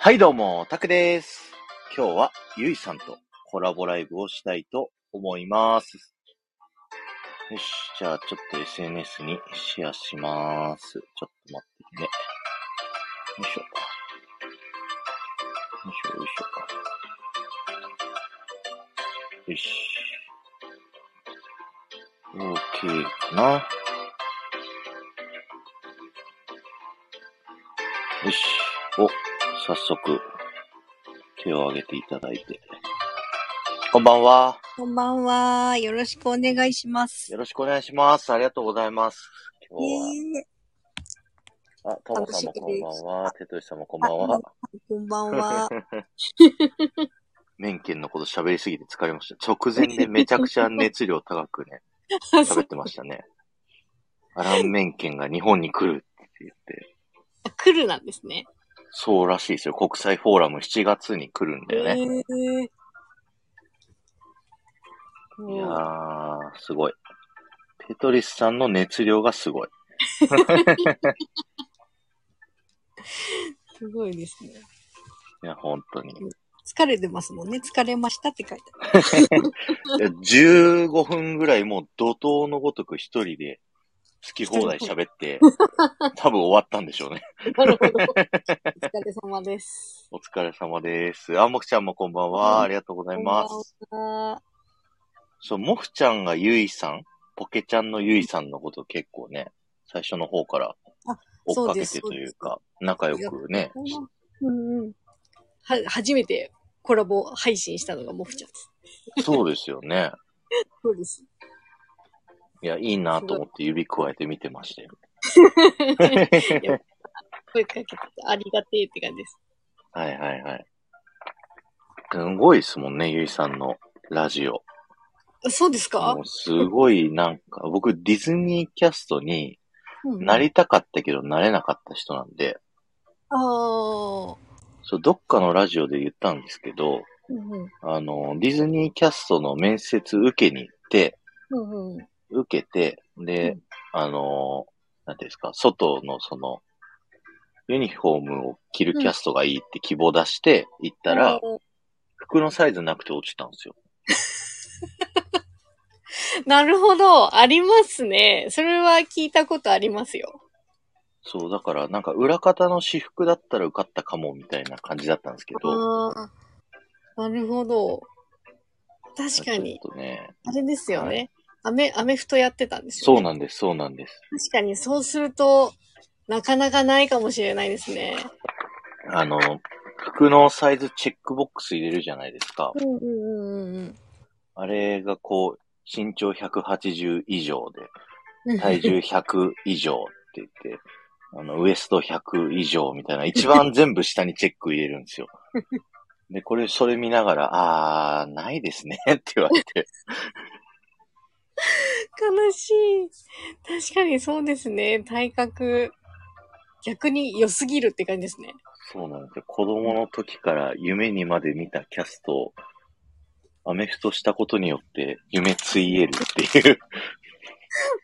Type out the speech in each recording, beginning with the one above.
はいどうも、タクです。今日はゆいさんとコラボライブをしたいと思います。よし、じゃあちょっと SNS にシェアします。ちょっと待ってね。よいしょ。よいしょ、よいしょ。よし。OK かな。よし。お、早速、手を挙げていただいて。こんばんは。こんばんは。よろしくお願いします。よろしくお願いします。ありがとうございます。今日ねえは、あ、ともさんもこんばんは。てとしさんもこんばんあは。こんばんは。免県のこと喋りすぎて疲れました。直前でめちゃくちゃ熱量高く ね、喋ってましたね。アラン免県が日本に来るって言って、来るなんですね。そうらしいですよ。国際フォーラム7月に来るんだよね。えーいやー、すごい。テトリスさんの熱量がすごい。すごいですね。いや、本当 に。疲れてますもんね。疲れましたって書いてある。いや15分ぐらいもう怒涛のごとく一人で好き放題喋 って、多分終わったんでしょうね。なるほ ど。お疲れ様です。お疲れ様です。あ、もくちゃんもこんばんは。ありがとうございます。こんばんは。そう、もくちゃんがゆいさん、ポケちゃんのゆいさんのこと結構ね、最初の方から追っかけてというか、仲良くね、うんうん。は、初めてコラボ配信したのがモフちゃんです。そうですよね。そう です。いや、いいなと思って指加えて見てま したよ。声かけてありがてえって感じです。はいはいはい。すごいですもんね、ゆいさんのラジオ。そうですかもうすごいなんか、僕ディズニーキャストにうんなりたかったけどなれなかった人なんで、ああ。そう、どっかのラジオで言ったんですけど、うんうん。あの、ディズニーキャストの面接受けに行って、うんうん。受けて、で、うんあの、なんていうんですか、外のその、ユニフォームを着るキャストがいいって希望出して行ったら、服のサイズなくて落ちたんですよ。なるほど。ありますね。それは聞いたことありますよ。そう、だからなんか裏方の私服だったら受かったかもみたいな感じだったんですけど、ああ。なるほど。確かにち。ょっとね、あれですよね。アメ、アメフトやってたんですよ、そうね。なんです、そうなんです。確かに、そうすると、なかなかないかもしれないですね。あの、服のサイズチェックボックス入れるじゃないですか。うんうんうんうんあれがこう、身長180以上うで、ん。体重100以上って言って、あの、ウエスト100以上みたいな、一番全部下にチェック入れるん ですよ。で、これ、それ見ながら、あー、ないですねって言われて、悲しい。確かにそうですね。体格。逆に良すぎるって感じですね。そうなんですよ。子供の時から夢にまで見たキャストを、アメフトしたことによって夢ついえるっていう。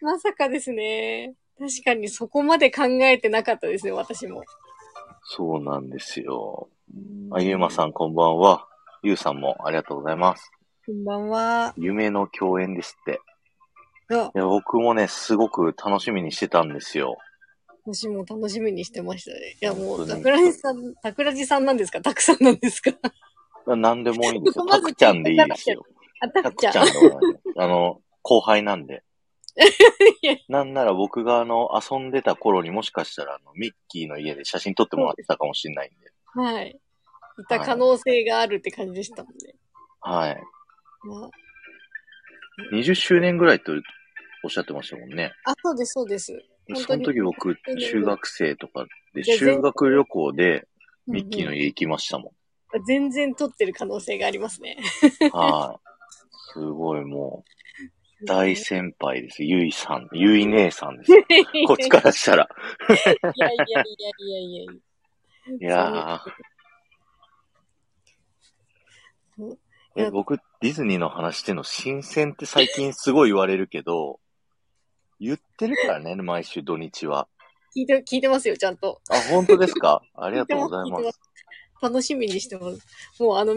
まさかですね。確かにそこまで考えてなかったですね、私も。そうなんですよ。うんあ、ゆうまさんこんばんは。ゆうさんもありがとうございます。こんばんは。夢の共演ですって。あ、いや、僕もね、すごく楽しみにしてたんですよ。私も楽しみにしてましたね。いや、も本う、当に桜地さん、桜地さんなんです かたくさんなんですかなんでもいいんですよ。またずくちゃんでいいですよ。あたたくくちちゃん。ゃんでお願いしますあの、後輩なん でいや。なんなら僕があの、遊んでた頃にもしかしたらあの、ミッキーの家で写真撮ってもらってたかもしれないんで。はい。いた可能性があるって感じでしたもんね。はい。ま20周年ぐらいとおっしゃってましたもんね。あ、あ、そうです、そうです。本そ当のに時僕、中学生とかで、いや全修学旅行でうんうミんッキーの家行きましたもん。全然撮ってる可能性がありますね。 はい。すごいもう、大 先輩です。ゆいさん、ゆい姉さんですよ。こっちからしたら。いやいやいやいやいやいいやそういー。やえ僕、ディズニーの話っていうの、新鮮って最近すごい言われるけど、言ってるからね、毎週土日は。聞いて、聞いてますよ、ちゃんと。 あ、本当ですかありがとうございま。聞いてます楽しみにしてます。もうあの、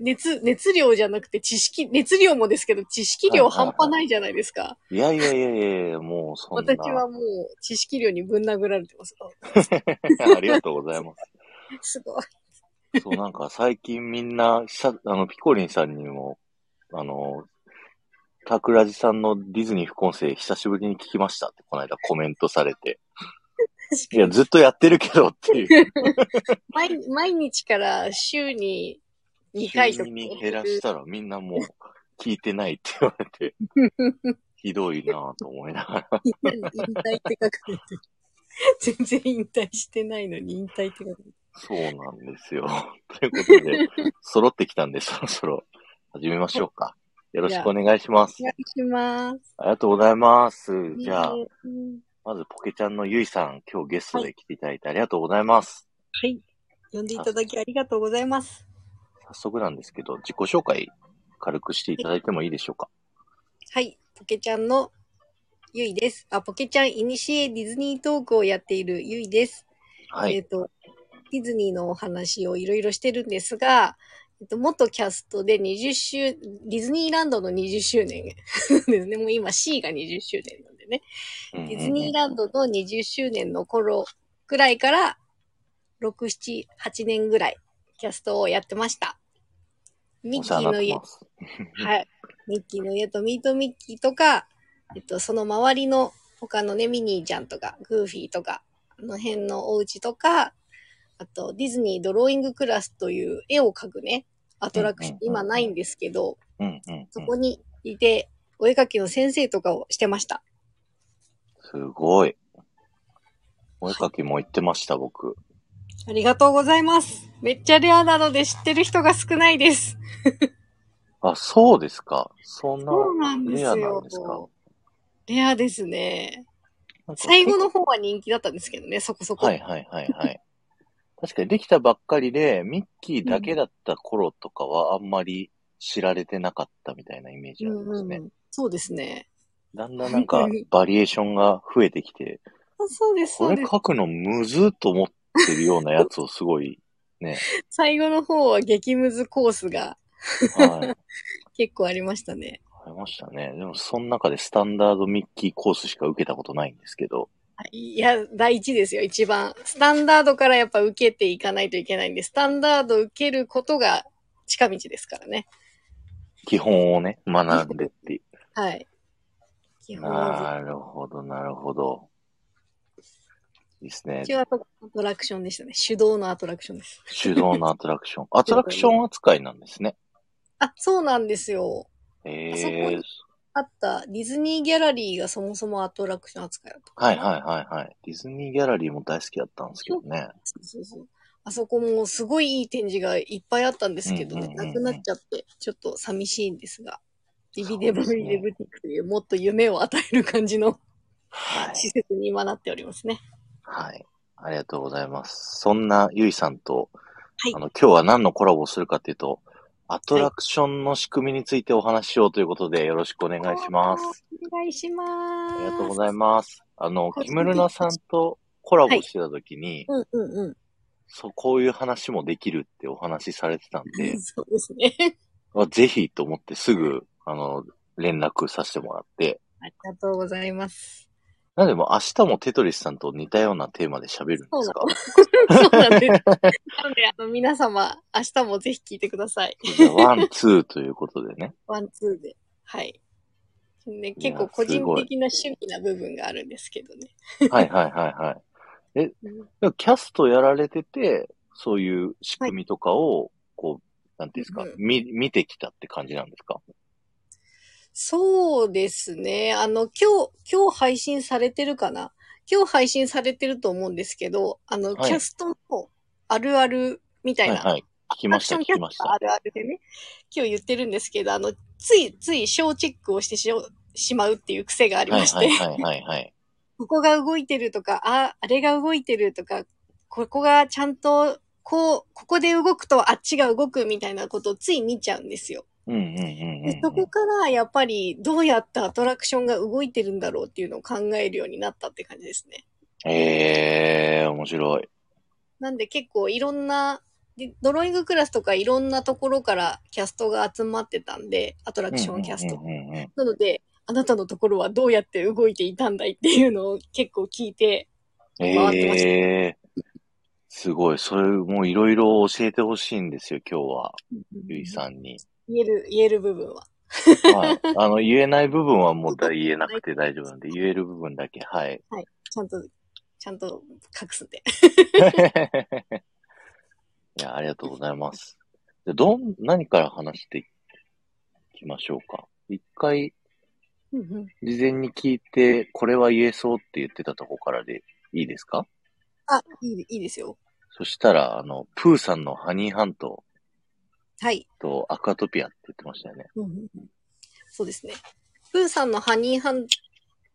熱、熱量じゃなくて知識、熱量もですけど、知識量はいはいは半い端ないじゃないですか。いやいやいやいやいや、もうそんな。私はもう知識量にぶん殴られてます。あ ありがとうございます ごい。す。そう、なんか最近みんな、シャあの、ピコリンさんにも、あの、タクラジさんのディズニー副音声久しぶりに聞きましたって、この間コメントされて。いや、ずっとやってるけどって いう。毎毎日から週に2回と急か。に減らしたらみんなもう聞いてないって言われて、ひどいなぁと思いながら。 引退って書かれてる。 全然引退してないのに引退って書かれてる。そうなんですよ。 ということで、揃ってきたんで、そろそろ始めましょうか。よろしくお願いしますお。願いします。ありがとうございます。じゃあう、んまずポケちゃんのゆいさん、今日ゲストで来ていただいてありがとうございます。はい。呼んでいただきありがとうございます。早速なんですけど、自己紹介軽くしていただいてもいいでしょうか。はい。ポケちゃんのゆいです。あ、ポケちゃんイニシエディズニートークをやっているゆいです。はえっ、い。と、ディズニーのお話をいろいろしてるんですが、えっと、元キャストで20周、ディズニーランドの20周年 ですね。もう今 C が20周年なんでね。うんうんディズニーランドの20周年の頃ぐらいから、6、7、8年ぐらい、キャストをやってました。ミおッ世キ話になーっのて家、ます。はい。ミッキーの家とミートミッキーとか、えっと、その周りの他のね、ミニーちゃんとか、グーフィーとか、あの辺のお家とか、あと、ディズニードローイングクラスという絵を描くね、アトラクションう、んうんうんうん今ないんですけど、うんうんそうん。こにいて、お絵描きの先生とかをしてました。すごい。お絵かきも言ってました、僕。ありがとうございます。めっちゃレアなので知ってる人が少ないです。あ、そうですか。そんなそうなんですレアなんよですか。。レアですね。なんか最後の方は人気だったんですけどね、そこそこ。はいはいはいはい。確かにできたばっかりで、ミッキーだけだった頃とかはあんまり知られてなかったみたいなイメージありますね。うんうん、そうですね。だんだんなんかバリエーションが増えてきて、あそうです、そこうれです。書くのむずっと思ってるようなやつをすごい、ね。最後の方は激ムズコースがはい。結構ありましたね。ありましたね。でもその中でスタンダードミッキーコースしか受けたことないんですけど。いや、第一ですよ、一番。スタンダードからやっぱ受けていかないといけないんで、スタンダード受けることが近道ですからね。基本をね、学んでっていはい。基う。本はなるほど、なるほど。いいですね。一応アトラクションでしたね。手動のアトラクションです。手動のアトラクション。アトラクション扱いなんですね。あ、そうなんですよ。えあそこえー。あった、ディズニーギャラリーがそもそもアトラクション扱いだった。はいはいはいはい。ディズニーギャラリーも大好きだったんですけどね。そうそうそう。あそこもすごいいい展示がいっぱいあったんですけどね、うんうんうんうんなくなっちゃって、ちょっと寂しいんですが。ビビデそうブですねリデブティックという、もっと夢を与える感じのはい。施設に今なっておりますね。はい。ありがとうございます。そんなゆいさんと、はいあの、今日は何のコラボをするかっていうと、アトラクションの仕組みについてお話ししようということで、よろしくお願いします。。お願いします。ありがとうございます。あの、はいキムルナさんとコラボしてた時に、ます。うんうんうん。そう、こういう話もできるってお話しされてたんで、そうですね。あぜひと思ってすぐ、あの、連絡させてもらって、ありがとうございます。なんでも明日もテトリスさんと似たようなテーマで喋るんですかそうなんです。なので、あの、皆様、明日もぜひ聞いてください。じゃあワン、ツーということでね。ワン、ツーで。はい。ね、いや結構個人すごい的な趣味な部分があるんですけどね。はいはいはいはい。うんでもキャストやられてて、そういう仕組みとかを、こう、なんていうんですか、うんうんみ、見てきたって感じなんですかそうですね。あの、今日、今日配信されてるかな今日配信されてると思うんですけど、あの、はいキャストのあるあるみたはいいな、はい。聞きアまクしシた、ョン聞キャきスましターあた。るあるでね、今日言ってるんですけど、あの、ついつい小チェックをしてしよしまうっていう癖がありはまいして、はいはいはいはい。ここが動いてるとか、あ、あれが動いてるとか、ここがちゃんと、こう、ここで動くとあっちが動くみたいなことをつい見ちゃうんですよ。うんうんうんでうそんうこん。からやっぱりどうやってアトラクションが動いてるんだろうっていうのを考えるようになったって 感じですね。ええー、面白い。なんで結構いろんなで、ドローイングクラスとかいろんなところからキャストが集まってたんで、アトラクションキャスト。うんうんうんうんなので、あなたのところはどうやって動いていたんだいっていうのを結構聞いて、回ってましたええすごい。それもいろいろ教えてほしいんですよ、今日は。ゆいさんに。言える、言える部分は。はい。あの、言えない部分はもうだ言えなくて大丈夫なんで、言える部分だけ。はい。 ちゃんと、ちゃんと隠すんで。いや、ありがとうございます。でどん、何から話していきましょうか。一回、事前に聞いて、これは言えそうって言ってたとこからでいいですかあ、いい、いいですよ。そしたら、あの、プーさんのハニーハントはい。とアクアトピアって言ってましたよね。そうですね。プーさんのハニーハン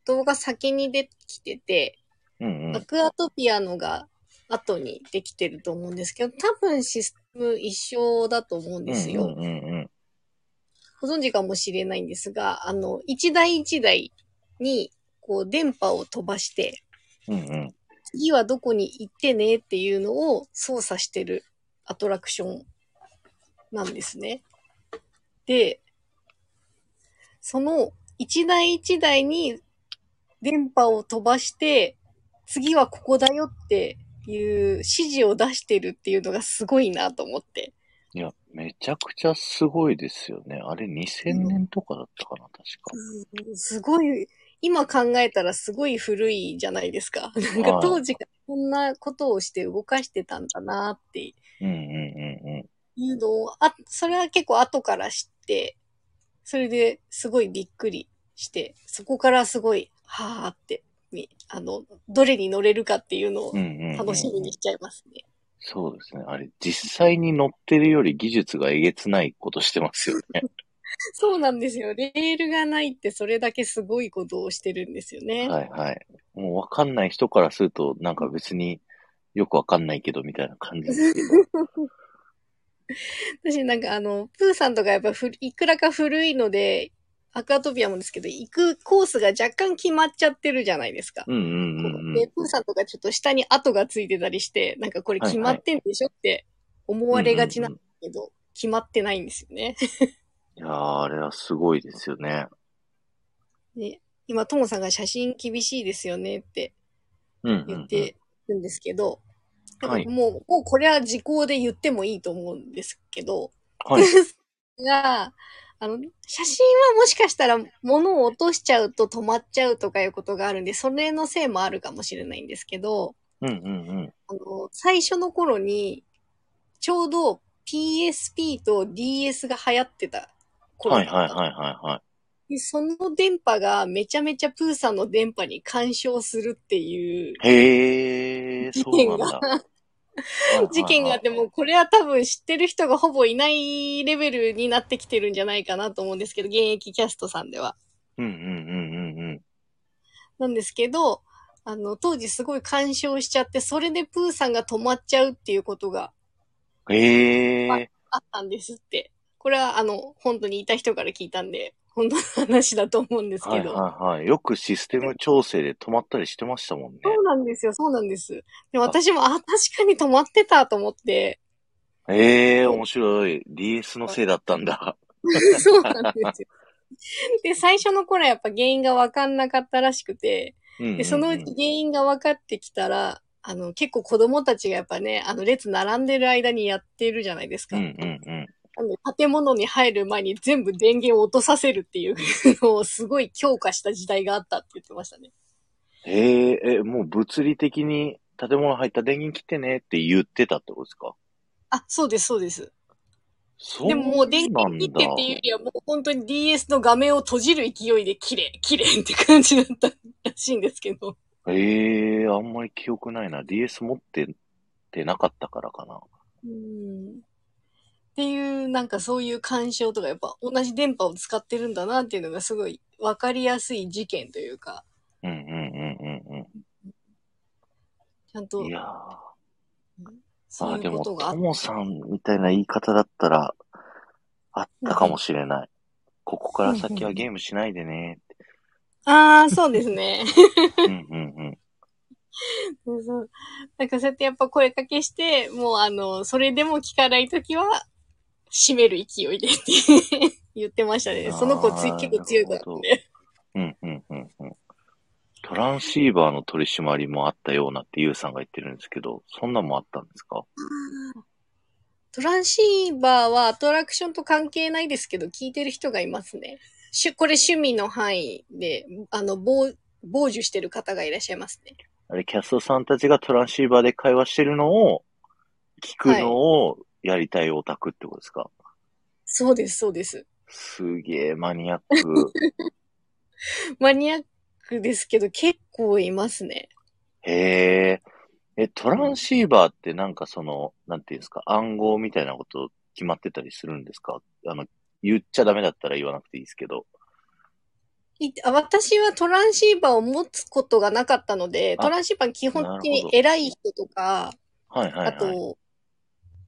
トが先にできてて、うんうアん。クアトピアのが後にできてると思うんですけど、多分システム一緒だと思うんですよ。うんうんうんご存知かもしれないんですが、あの、一台一台に、こう、電波を飛ばして、うん。うんうん。次はどこに行ってねっていうのを操作してるアトラクションなんですね。で、その一台一台に電波を飛ばして、次はここだよっていう指示を出してるっていうのがすごいなと思って。いや、めちゃくちゃすごいですよね。あれ2000年とかだったかな、確か。すごい、今考えたらすごい古いじゃないですか。なんはかい当時からこんなことをして動かしてたんだなってうんうんうんうん。いうのを、あ、それは結構後から知って、それですごいびっくりして、そこからすごい、はーって、みあの、どれに乗れるかっていうのをうんうんうん楽しみにしちゃいますね。そうですね。あれ、実際に乗ってるより技術がえげつないことしてますよね。そうなんですよ。レールがないってそれだけすごいことをしてるんですよね。はいはい。もうわかんない人からすると、なんか別によくわかんないけどみたいな感じですけ ど。私なんかあの、プーさんとかやっぱふいくらか古いので、アクアトピアもですけど、行くコースが若干決まっちゃってるじゃないですか。うんうんうんうんで、。プーさんとかちょっと下に跡がついてたりして、なんかこれ決まってんでしょって思われがちなんだけど、決まってないんですよね。 いやー、あれはすごいですよね。で今、ともさんが写真厳しいですよねってうんうん、うん。言ってるんですけど、はいもう、もうこれは時効で言ってもいいと思うんですけど、 はい。が、あの、写真はもしかしたら物を落としちゃうと止まっちゃうとかいうことがあるんで、それのせいもあるかもしれないんですけど、うんうんうん。あの、最初の頃に、ちょうど PSP と DS が流行ってた頃はだいった。はいはいはいはでその電波がめちゃめちゃプーさんの電波に干渉するっていうい。へー、事そう件 なんだ。がはいはいはい事件があって、もうこれは多分知ってる人がほぼいないレベルになってきてるんじゃないかなと思うんですけど、現役キャストさんでは。うんうんうんうんうん。なんですけど、あの、当時すごい干渉しちゃって、それでプーさんが止まっちゃうっていうことがへー。あったんですって。これは、あの、本当にいた人から聞いたんで、本当の話だと思うんですはけいど。はいはい。よくシステム調整で止まったりしてましたもんね。そうなんですよ、そうなんです。でも私も、あ、確かに止まってたと思って、 ええ面白い。DS のせいだったんだ。そうなんですよ。で、最初の頃はやっぱ原因が分かんなかったらしくて、うんうんうで、んそのうち原因が分かってきたら、あの、結構子供たちがやっぱね、あの、列並んでる間にやってるじゃないですうか。んうんうん。あの建物に入る前に全部電源を落とさせるっていうのをすごい強化した時代があったって言ってましたね。えええ、もう物理的に建物入った電源切ってねって言ってたってことですかあ、そうです、そうです。そうでももう電な源ん切っだてっていうよりはもう本当に DS の画面を閉じる勢いで綺麗、綺麗って感じだったらしいんですけど。ええあんまり記憶ないな。DS 持ってってなかったからかな。うん。っていう、なんかそういう干渉とかやっぱ同じ電波を使ってるんだなっていうのがすごいわかりやすい事件というか、うんうんうんうんちゃんうとん。いやーそあうーいでうこも、ととがあった。もさんみたいな言い方だったら、あったかもしれない。ここから先はゲームしないでね。ああ、そうですね。うんうんうん。そうそう。なんかそうやってやっぱ声かけして、もうあの、それでも聞かないときは、閉める勢いでって言ってましたね。その子ついあー結構強い子だったんで。うんうんうんうん。トランシーバーの取り締まりもあったようなって、ゆうさんが言ってるんですけど、そんなんもあったんですかトランシーバーはアトラクションと関係ないですけど、聞いてる人がいますね。しゅこれ趣味の範囲で、あの、傍傍受してる方がいらっしゃいますね。あれ、キャストさんたちがトランシーバーで会話してるのを、聞くのをやりたいオタクってことですか、そうです、そうです。すげえマニアック。マニアックですけど、結構いますね。へえ。え、トランシーバーってなんかその、なんていうんですか、暗号みたいなこと決まってたりするんですかあの、言っちゃダメだったら言わなくていいですけど。いあ私はトランシーバーを持つことがなかったので、あトランシーバー基本的なるほにど偉い人とか、はいはいはあい。と、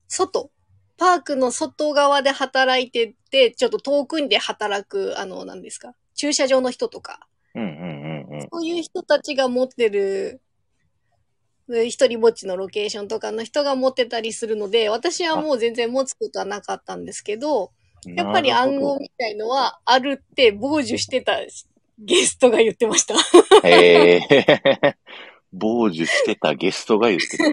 外、パークの外側で働いてて、ちょっと遠くにで働く、あの、何ですか、駐車場の人とか、うんうんうんうん。そういう人たちが持ってる、で一人ぼっちのロケーションとかの人が持ってたりするので、私はもう全然持つことはなかったんですけど、やっぱりなる暗ほ号みたいのはあるって傍受してたゲストが言ってました。ど。へえ。 傍受してたゲストが言ってた。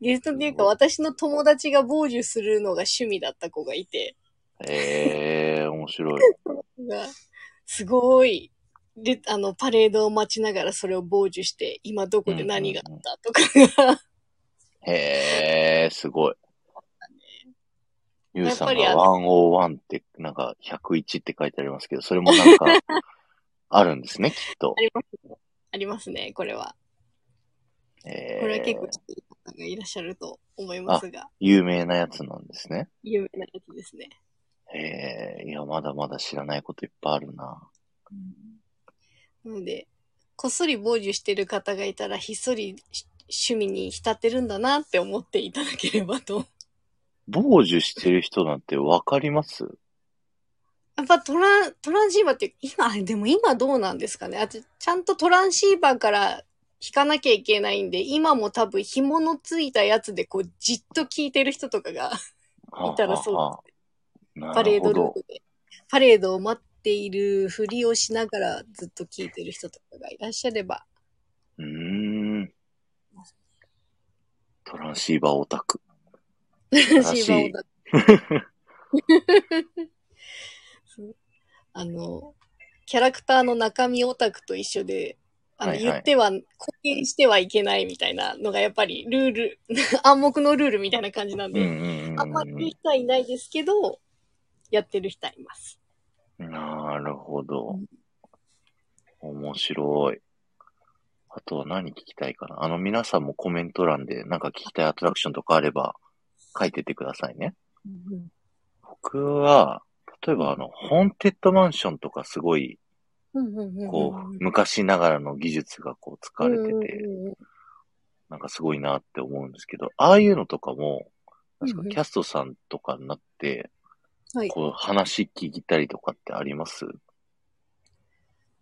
ゲストっていうか私の友達が傍受するのが趣味だった子がいて、へえ、面白い。がすごい、で、あの、パレードを待ちながらそれを傍受して、今どこで何が あったとかが、へえ、すごい。ゆうさんがやっぱりあの101って、なんか101って書いてありますけど、それもなんか、あるんですね、きっとあ。りますね。ありますね、これは。えーこれは結構知ってる方がいらっしゃると思いますが、有名なやつなんですね。有名なやつですね。えー、いや、まだまだ知らないこといっぱいあるな。なので、こっそり傍受してる方がいたら、ひっそりし趣味に浸ってるんだなって思っていただければと。傍受してる人なんてわかりますやっぱトラン、トランシーバーって、今、あれでも今どうなんですかねあちちゃんとトランシーバーから引かなきゃいけないんで、今も多分紐のついたやつでこうじっと聞いてる人とかが、いたらそうはあはあはあパレードなるルほームで、パレードを待っているふりをしながらずっと聞いてる人とかがいらっしゃれば、ど。うーん。トランシーバーオタク。トランらしいシーバーをだってそうあの、キャラクターの中身オタクと一緒で、あの、はいはい言っては、貢献してはいけないみたいなのがやっぱりルール、暗黙のルールみたいな感じなんうんで、うんうんあんまり言う人はいないですけど、やってる人はいます。うん。なるほうどん。面白い。あとは何聞きたいかなあの皆さんもコメント欄でなんか聞きたいアトラクションとかあれば書いてってくださいね。僕は、例えばあの、ホーンテッドマンションとかすごい、うんうんうんこう、昔ながらの技術がこう、使われてて、うんうんうんなんかすごいなって思うんですけど、ああいうのとかも、確うかんうんキャストさんとかになって、はいこう、話聞いたりとかってあります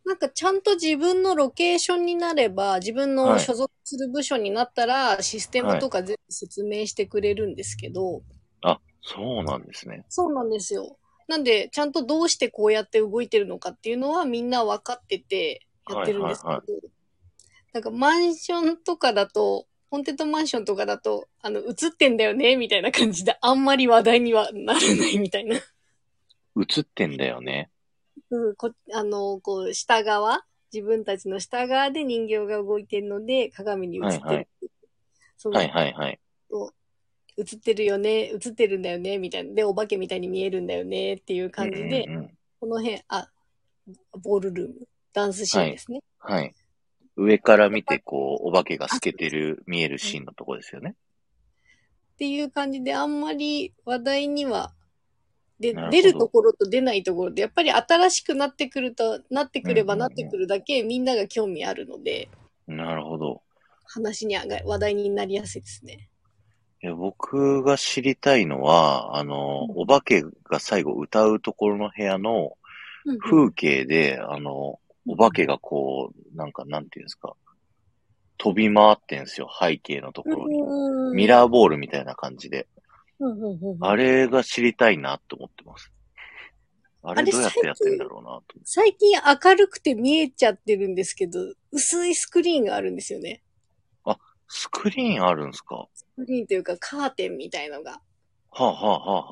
なんかちゃんと自分のロケーションになれば、自分はのい所属する部署になったら、システムとか全部説明してくれるんですけど、あ、そうなんですね。そうなんですよ。なんで、ちゃんとどうしてこうやって動いてるのかっていうのはみんな分かっててやってるんですけはど、いはなんかマンションとかだと、ホンテッドマンションとかだと、あの、映ってんだよね、みたいな感じで、あんまり話題にはならないみたいな。映ってんだよね。うん、こあの、こう、下側、自分たちの下側で人形が動いてるので、鏡に映ってる。はいはいそのはいはいはい。映ってるよね、映ってるんだよね、みたいな。で、お化けみたいに見えるんだよね、っていう感じで、うんうんうんこの辺、あ、ボールルーム、ダンスシーンですね。はい。上から見て、こう、お化けが透けてる、見えるシーンのとこですよね。っていう感じで、あんまり話題には、で、なるほど出るところと出ないところで、やっぱり新しくなってくると、なってくればなってくるだけ、みんなが興味あるので、なるほど。話にあが、話題になりやすいですね。いや僕が知りたいのは、あの、うんお化けが最後歌うところの部屋の風景で、あの、お化けがこう、なんか、なんていうんですか、飛び回ってんすよ、背景のところに。うんミラーボールみたいな感じで。うんうんうんあれが知りたいなと思ってます。ああれれどうやってやってんだろうなと思って。最近明るくて見えちゃってるんですけど、薄いスクリーンがあるんですよね。スクリーンあるんすかはスクリーンというかカーテンみたいのが。あ、はあはあはあは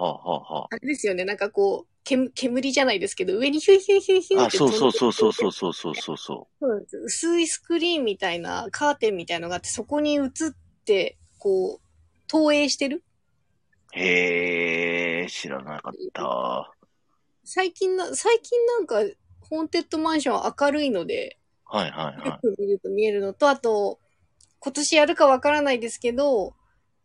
あはあれですよね、なんかこう、煙煙じゃないですけど、上にヒュイヒュイヒュイヒュイあ。っあ、てそうそうそうそうう。そうそうそうそうそそうなんです薄いスクリーンみたいな、カーテンみたいのがあって、そこに映って、こう、投影してるう。へえ、知らなかった。最近な、最近なんか、ホーンテッドマンションは明るいので、はいはいよはい。く見ると見えるのと、あと、今年やるかわからないですけど、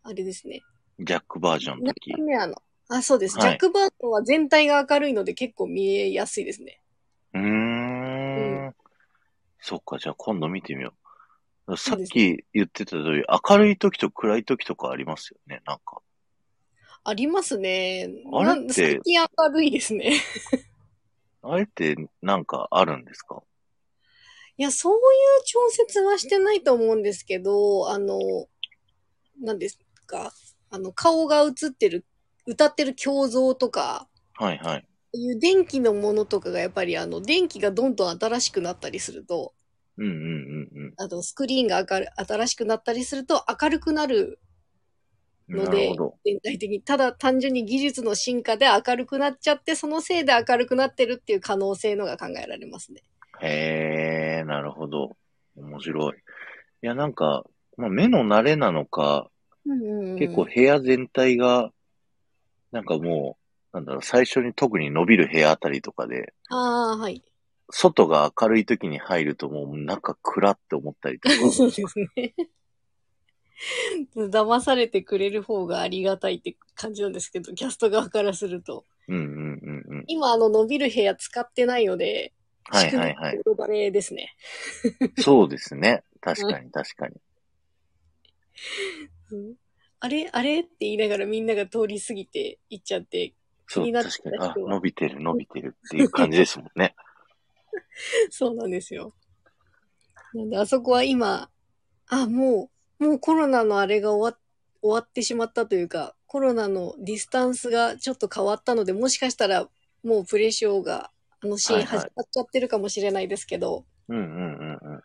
あれですね。ジャックバージョンのナイ時 ト。メアの。あ、そうです。はいジャック・バートンは全体が明るいので結構見えやすいですね。うーん。そっか、じゃあ今度見てみよう。さっき言ってた通り、明るい時と暗い時とかありますよね、なんか。ありますね。あれなんって最近明るいですね。 あれってなんかあるんですかいや、そういう調節はしてないと思うんですけど、あの、何ですか、あの、顔が映ってる、歌ってる胸像とか、はいはい。いう電気のものとかがやっぱりあの、電気がどんどん新しくなったりすると、うんうんうんあの、スクリーンが明る新しくなったりすると明るくなるうん。のなでるほど。全体的に、ただ単純に技術の進化で明るくなっちゃって、そのせいで明るくなってるっていう可能性のが考えられますね。へえ、なるほど。面白い。いや、なんか、まあ、目の慣れなのか、結構部屋全体が、なんかもう、なんだろう、最初に特に伸びる部屋あたりとかで、ああ、はい。 外が明るい時に入るともう中暗って思ったりとか。そうですね。騙されてくれる方がありがたいって感じなんですけど、キャスト側からすると。うんうんうんうん。今、あの、伸びる部屋使ってないので、はいはいはい。仕組みバレですね。そうですね。確かに確かに。うんあれあれって言いながらみんなが通り過ぎて行っちゃって、そう、気になっ確てかに。あた、人は伸びてる伸びてるっていう感じですもんね。 そうなんですよ。なんで、あそこは今、あ、もう、もうコロナのあれが終わっ終わってしまったというか、コロナのディスタンスがちょっと変わったので、もしかしたらもうプレシオが、あのシーンはいはい始まっちゃってるかもしれないですけど、うんうんうんう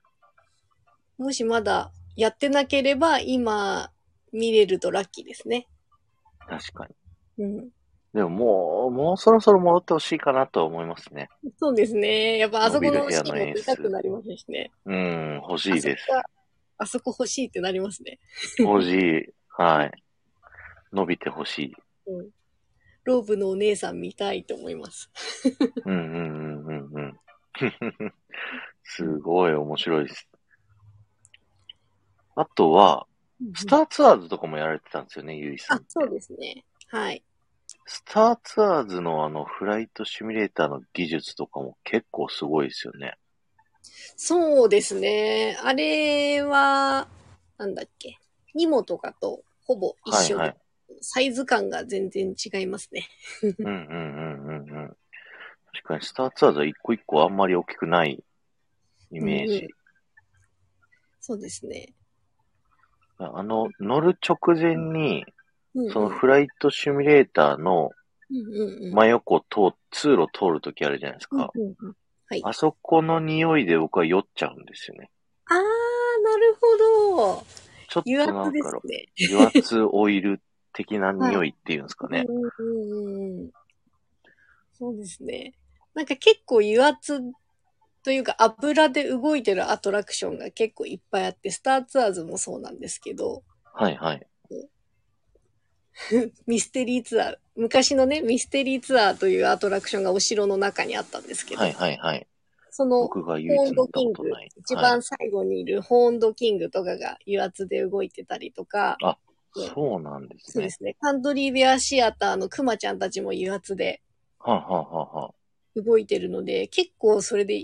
ん。もしまだやってなければ、今見れるとラッキーですね。確かに。うん。でももう、もうそろそろ戻ってほしいかなとは思いますね。そうですね。やっぱあそこ伸びるの部シ屋ーのンも演出見たくなりますしね。うん、欲しいです。あそこがあそこ欲しいってなりますね。欲しい。はい。伸びてほしい。うん。ローブのお姉さん見たいと思います。うんうんうんうん うん。すごい面白いです。あとは、スターツアーズとかもやられてたんですよね、ゆいさあん、。そうですね。はい。スターツアーズのあのフライトシミュレーターの技術とかも結構すごいですよね。そうですね。あれは、なんだっけ。ニモとかとほぼ一はい緒で、はい。サイズ感が全然違いますね。うんうんうんうんうん。確かにスターツアーズは一個一個あんまり大きくないイメージ。そうですね。あの、乗る直前に、うんうんそのフライトシミュレーターのうんうんうん真横通、通路通るときあるじゃないですか。うんうんうんあそこの匂いで僕は酔っちゃうんですよね。あー、なるほど。ちょっと油な圧んでだす ろう、ね。油圧オイル的な匂いっていうんですかね。うんうんうんうん。そうですね。なんか結構油圧というか油で動いてるアトラクションが結構いっぱいあって、スターツアーズもそうなんですけど、はいはい。ミステリーツアー、昔のね、ミステリーツアーというアトラクションがお城の中にあったんですけど、はいはいはい。その、僕が唯ホー一乗ンドったキンこグとない、。一はい番最後にいるホーンドキングとかが油圧で動いてたりとか、そうなんですそうねで。すね、カントリーベアシアターのクマちゃんたちも油圧ではあ、はあはあはあ、動いてるので、結構それで、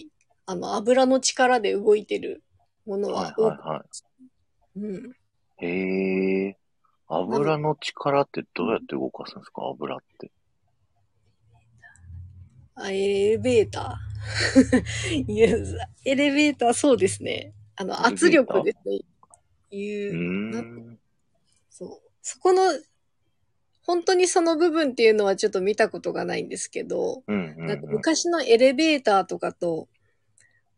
あの、油の力で動いてるものははい多く、はいはうん。い。へえ。油の力ってどうやって動かすんですか油って。あエレベータ ーいやエレベーターそうですね。あの、エレベ圧ーター力ですね。いうーう、ん。そう。そこの、本当にその部分っていうのはちょっと見たことがないんですけど、うんうんなんかうん。昔のエレベーターとかと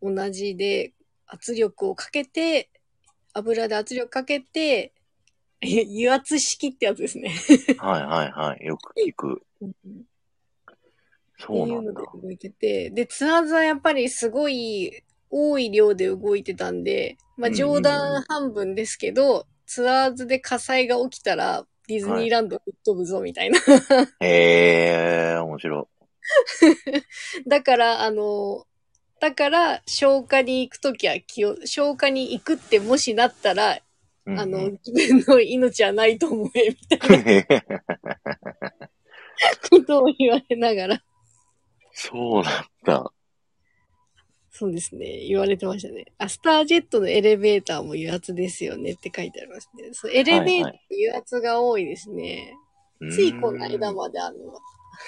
同じで、圧力をかけて、油で圧力かけて、 え油圧式ってや つですね。はいはいはい。よく聞く。っていそうなうんのだで。動いてて、で、ツアーズはやっぱりすごい多い量で動いてたんで、まあうんうん冗談半分ですけど、ツアーズで火災が起きたらディズニーランド吹っ飛ぶぞみたいな。へえー、面白だから、あの、だから消火に行くときは気を、消火に行くってもしなったら、い。うんうんあの、、自分の命はないと思え、みたいなことを言われながら、 そうなんだ。そうですね、言われてましたね。あ、スタージェットのエレベーターも油圧ですよねって書いてありますね。そうエレベーターはって油圧が多いですね。ついこの間も。まであの、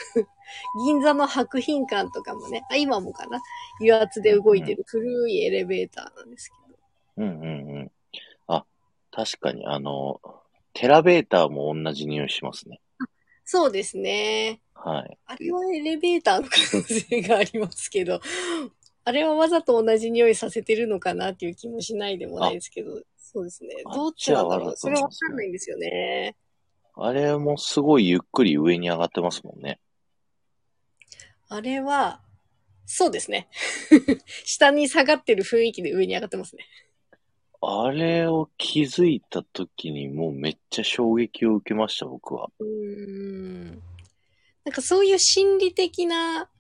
銀座の博品館とかもね、あ、今もかな、油圧で動いてる古いエレベーターなんですけうど。んうんうん。あ、確かに、あの、テラベーターも同じ匂いしますね。そうですね。はい。あれはエレベーターの可能性がありますけど、あれはわざと同じ匂いさせてるのかなっていう気もしないでもないですけど、そうですね。あどっちなんだろじゃあわざう。とそなんですねれわかんないんですよね。あれもすごいゆっくり上に上がってますもんね。あれは、そうですね。 下に下がってる雰囲気で上に上がってますね。あれを気づいた時にもうめっちゃ衝撃を受けました、僕は。うーん。なんかそういう心理的な、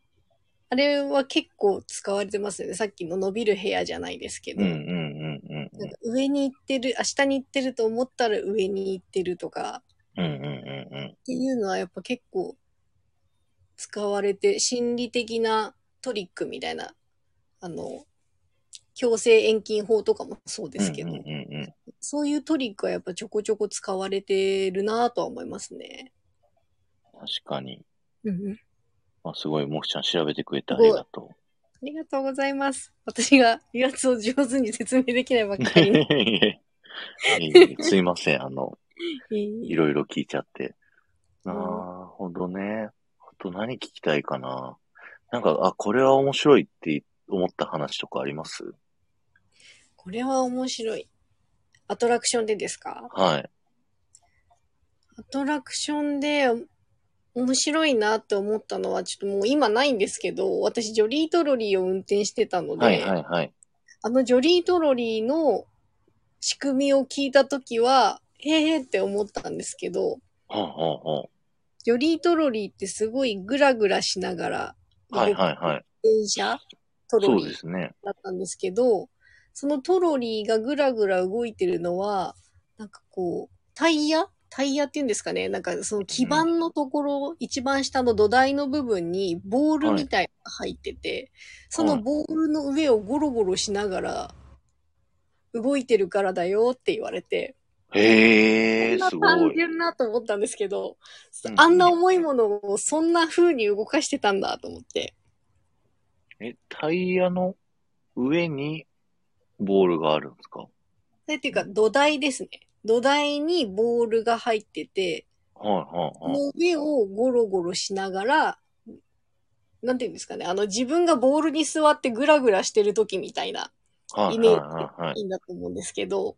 あれは結構使われてますよね。さっきの伸びる部屋じゃないですけうど。んうんうんうんなんか上に行ってる、あ下に行ってると思ったら上に行ってるとか、うん。うんうんうんうん。っていうのはやっぱ結構使われて、心理的なトリックみたいな、あの、強制遠近法とかもそうですけど、うんうんうんうん。そういうトリックはやっぱちょこちょこ使われてるなぁとは思いますね。確かに。うん、あ、すごい、もきちゃん調べてくれてありがとありがとうございます。私が油圧を上手に説明できないばっかう。りに。いえいえすいません、あの、 いろいろ聞いちゃって。うなんるほどね。あと何聞きたいかな。なんか、あ、これは面白いって思った話とかありますこれは面白い。アトラクションでですかはい。アトラクションで面白いなって思ったのは、ちょっともう今ないんですけど、私ジョリートロリーを運転してたので、はいはいはい。あのジョリートロリーの仕組みを聞いたときは、へーって思ったんですけど、ほうほうほジョリートロリーってすごいグラグラしながら、う。はいはいはい。電車トロそリうーですね。だったんですけど、そのトロリーがぐらぐら動いてるのは、なんかこう、タイヤタイヤっていうんですかねなんかその基盤のところ、一番下の土台の部分にボールみたいなのが入ってて、そのボールの上をゴロゴロしながら動いてるからだよって言われて、へえ、そんなすご単い。純なと思ったんですけど、うんあんな重いものをそんな風に動かしてたんだと思って。え、タイヤの上にボールがあるんですかそれっていうか土台ですね。土台にボールが入ってて、はいはいそはい。の上をゴロゴロしながら、なんていうんですかね、あの自分がボールに座ってグラグラしてる時みたいな、はいはイメいージはいはい。いいんだと思うんですけど、ボ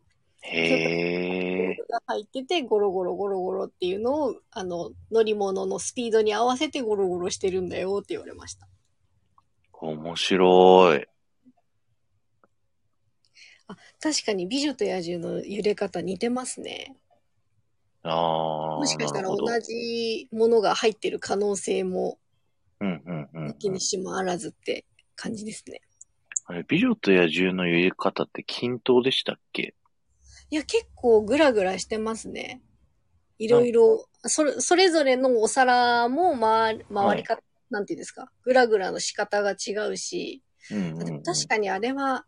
へーえ。ルが入っててゴロゴロゴロゴロっていうのを、あの乗り物のスピードに合わせてゴロゴロしてるんだよって言われました。面白い。確かに美女と野獣の揺れ方似てますね。ああ。もしかしたなるらほど同じものが入ってる可能性もうんうんうんうんな。きにしもあらずって感じですね。あれ、美女と野獣の揺れ方って均等でしたっけいや、結構グラグラしてますね。いろいろ、それ、それぞれのお皿も回、回り方、なんていうんですか、グラグラの仕方が違うし、うんうん、でうもん。確かにあれは、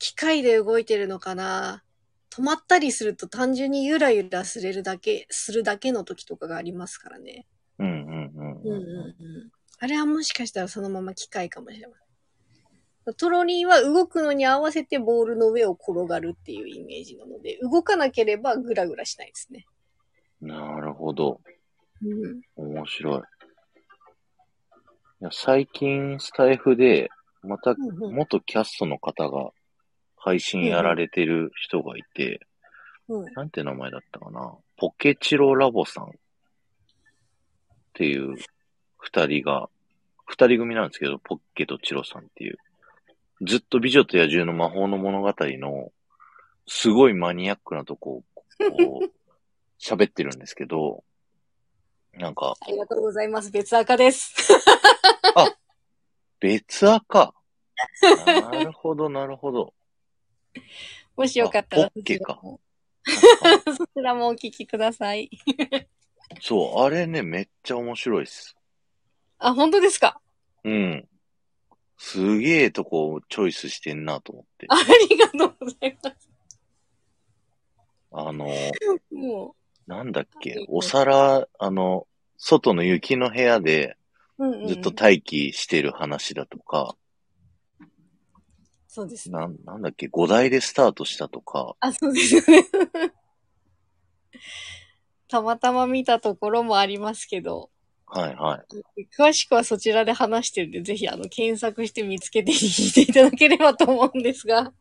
機械で動いてるのかな。止まったりすると単純にゆらゆらするだけ、するだけの時とかがありますからね。うんうんうん。あれはもしかしたらそのまま機械かもしれません。トロリーは動くのに合わせてボールの上を転がるっていうイメージなので、動かなければグラグラしないですね。なるほど。うん。面白い。いや最近、スタイフで、また、うんうん元キャストの方が、配信やられてる人がいて、うん、なんて名前だったかな。ポケチロラボさんっていう二人が、二人組なんですけど、ポッケとチロさんっていう。ずっと美女と野獣の魔法の物語の、すごいマニアックなとこを、こう、 喋ってるんですけど、なんか、ありがとうございます。別赤です。 別赤。なるほど、なるほど。もしよかったらあポッケかそ確かにちらも。そちらもお聞きください。そう、あれね、めっちゃ面白いっす。あ、本当ですか うん。すげえとこをチョイスしてんなと思って。ありがとうございます。あ の、もなんだっけはい、お皿、あの、外の雪の部屋でう、うんうん、ずっと待機してる話だとか、そうですね。なん、なんだっけ、5台でスタートしたとか、あ、そうですよね。 たまたま見たところもありますけど、はいはい。詳しくはそちらで話してるんで、ぜひあの検索して見つけて聞いていただければと思うんですが、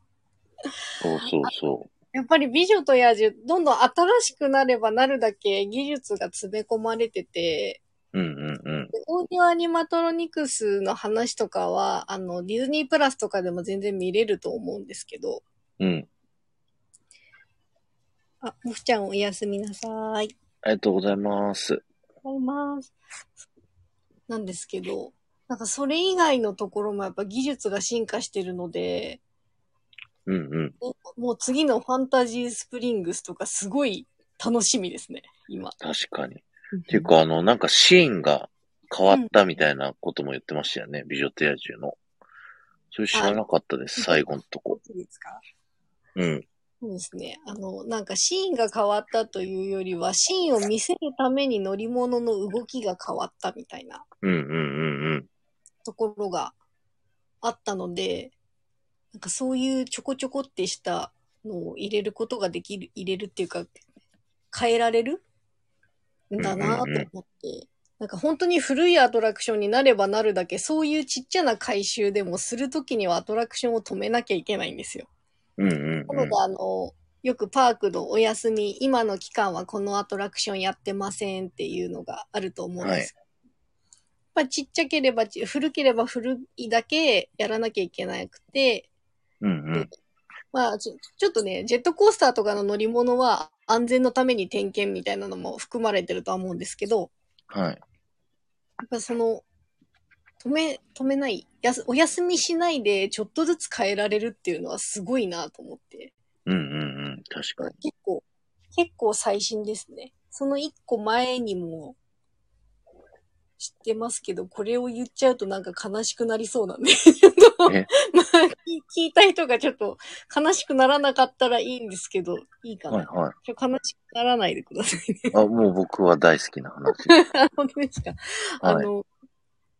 そうそうそ やっぱり美女と野獣、どんどん新しくなればなるだけ技術が詰め込まれてて、う。うんうんうん。でオーディオアニマトロニクスの話とかは、あの、ディズニープラスとかでも全然見れると思うんですけど、うん。あ、もふちゃんおやすみなさーい。ありがとうございます。ございます。なんですけど、なんかそれ以外のところもやっぱ技術が進化してるので、うんうん。もう次のファンタジースプリングスとかすごい楽しみですね、今。確かに。っていうか、あの、なんかシーンが変わったみたいなことも言ってましたよね。美女と野獣の。それ知らなかったです、は最い後のとこ。いいですかうん。そうですね。あの、なんかシーンが変わったというよりは、シーンを見せるために乗り物の動きが変わったみたいなうんうんうんうん。ところがあったので、なんかそういうちょこちょこってしたのを入れることができる、入れるっていうか、変えられるんだなとうんうんうん思って、なんか本当に古いアトラクションになればなるだけ、そういうちっちゃな改修でもするときにはアトラクションを止めなきゃいけないんですよ。うんうんなうのんで、。あの、よくパークのお休み、今の期間はこのアトラクションやってませんっていうのがあると思うんです。まあ、ちっちゃければち、古ければ古いだけやらなきゃいけなくて、うんうん。まあちょ、ちょっとね、ジェットコースターとかの乗り物は安全のために点検みたいなのも含まれてるとは思うんですけど、はい。やっぱその、止め、止めない、やすお休みしないでちょっとずつ変えられるっていうのはすごいなと思って。うんうんうん。確かに。結構、結構最新ですね。その一個前にも知ってますけど、これを言っちゃうとなんか悲しくなりそうなんで、ちょっと、 まあえ、聞いた人がちょっと悲しくならなかったらいいんですけど、いいかな。はいはい。ちょ悲しくならないでくださいね。あ、もう僕は大好きな話。本当ですか、あはい。の、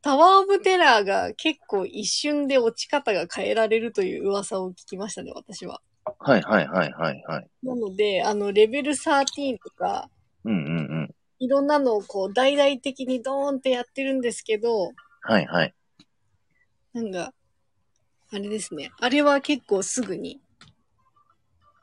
タワーオブテラーが結構一瞬で落ち方が変えられるという噂を聞きましたね、私は。はいはいはいはいはい。なので、あの、レベル13とか、うんうんうん。いろんなのをこう大々的にドーンってやってるんですけど、はいはい。なんか、あれですね。あれは結構すぐに、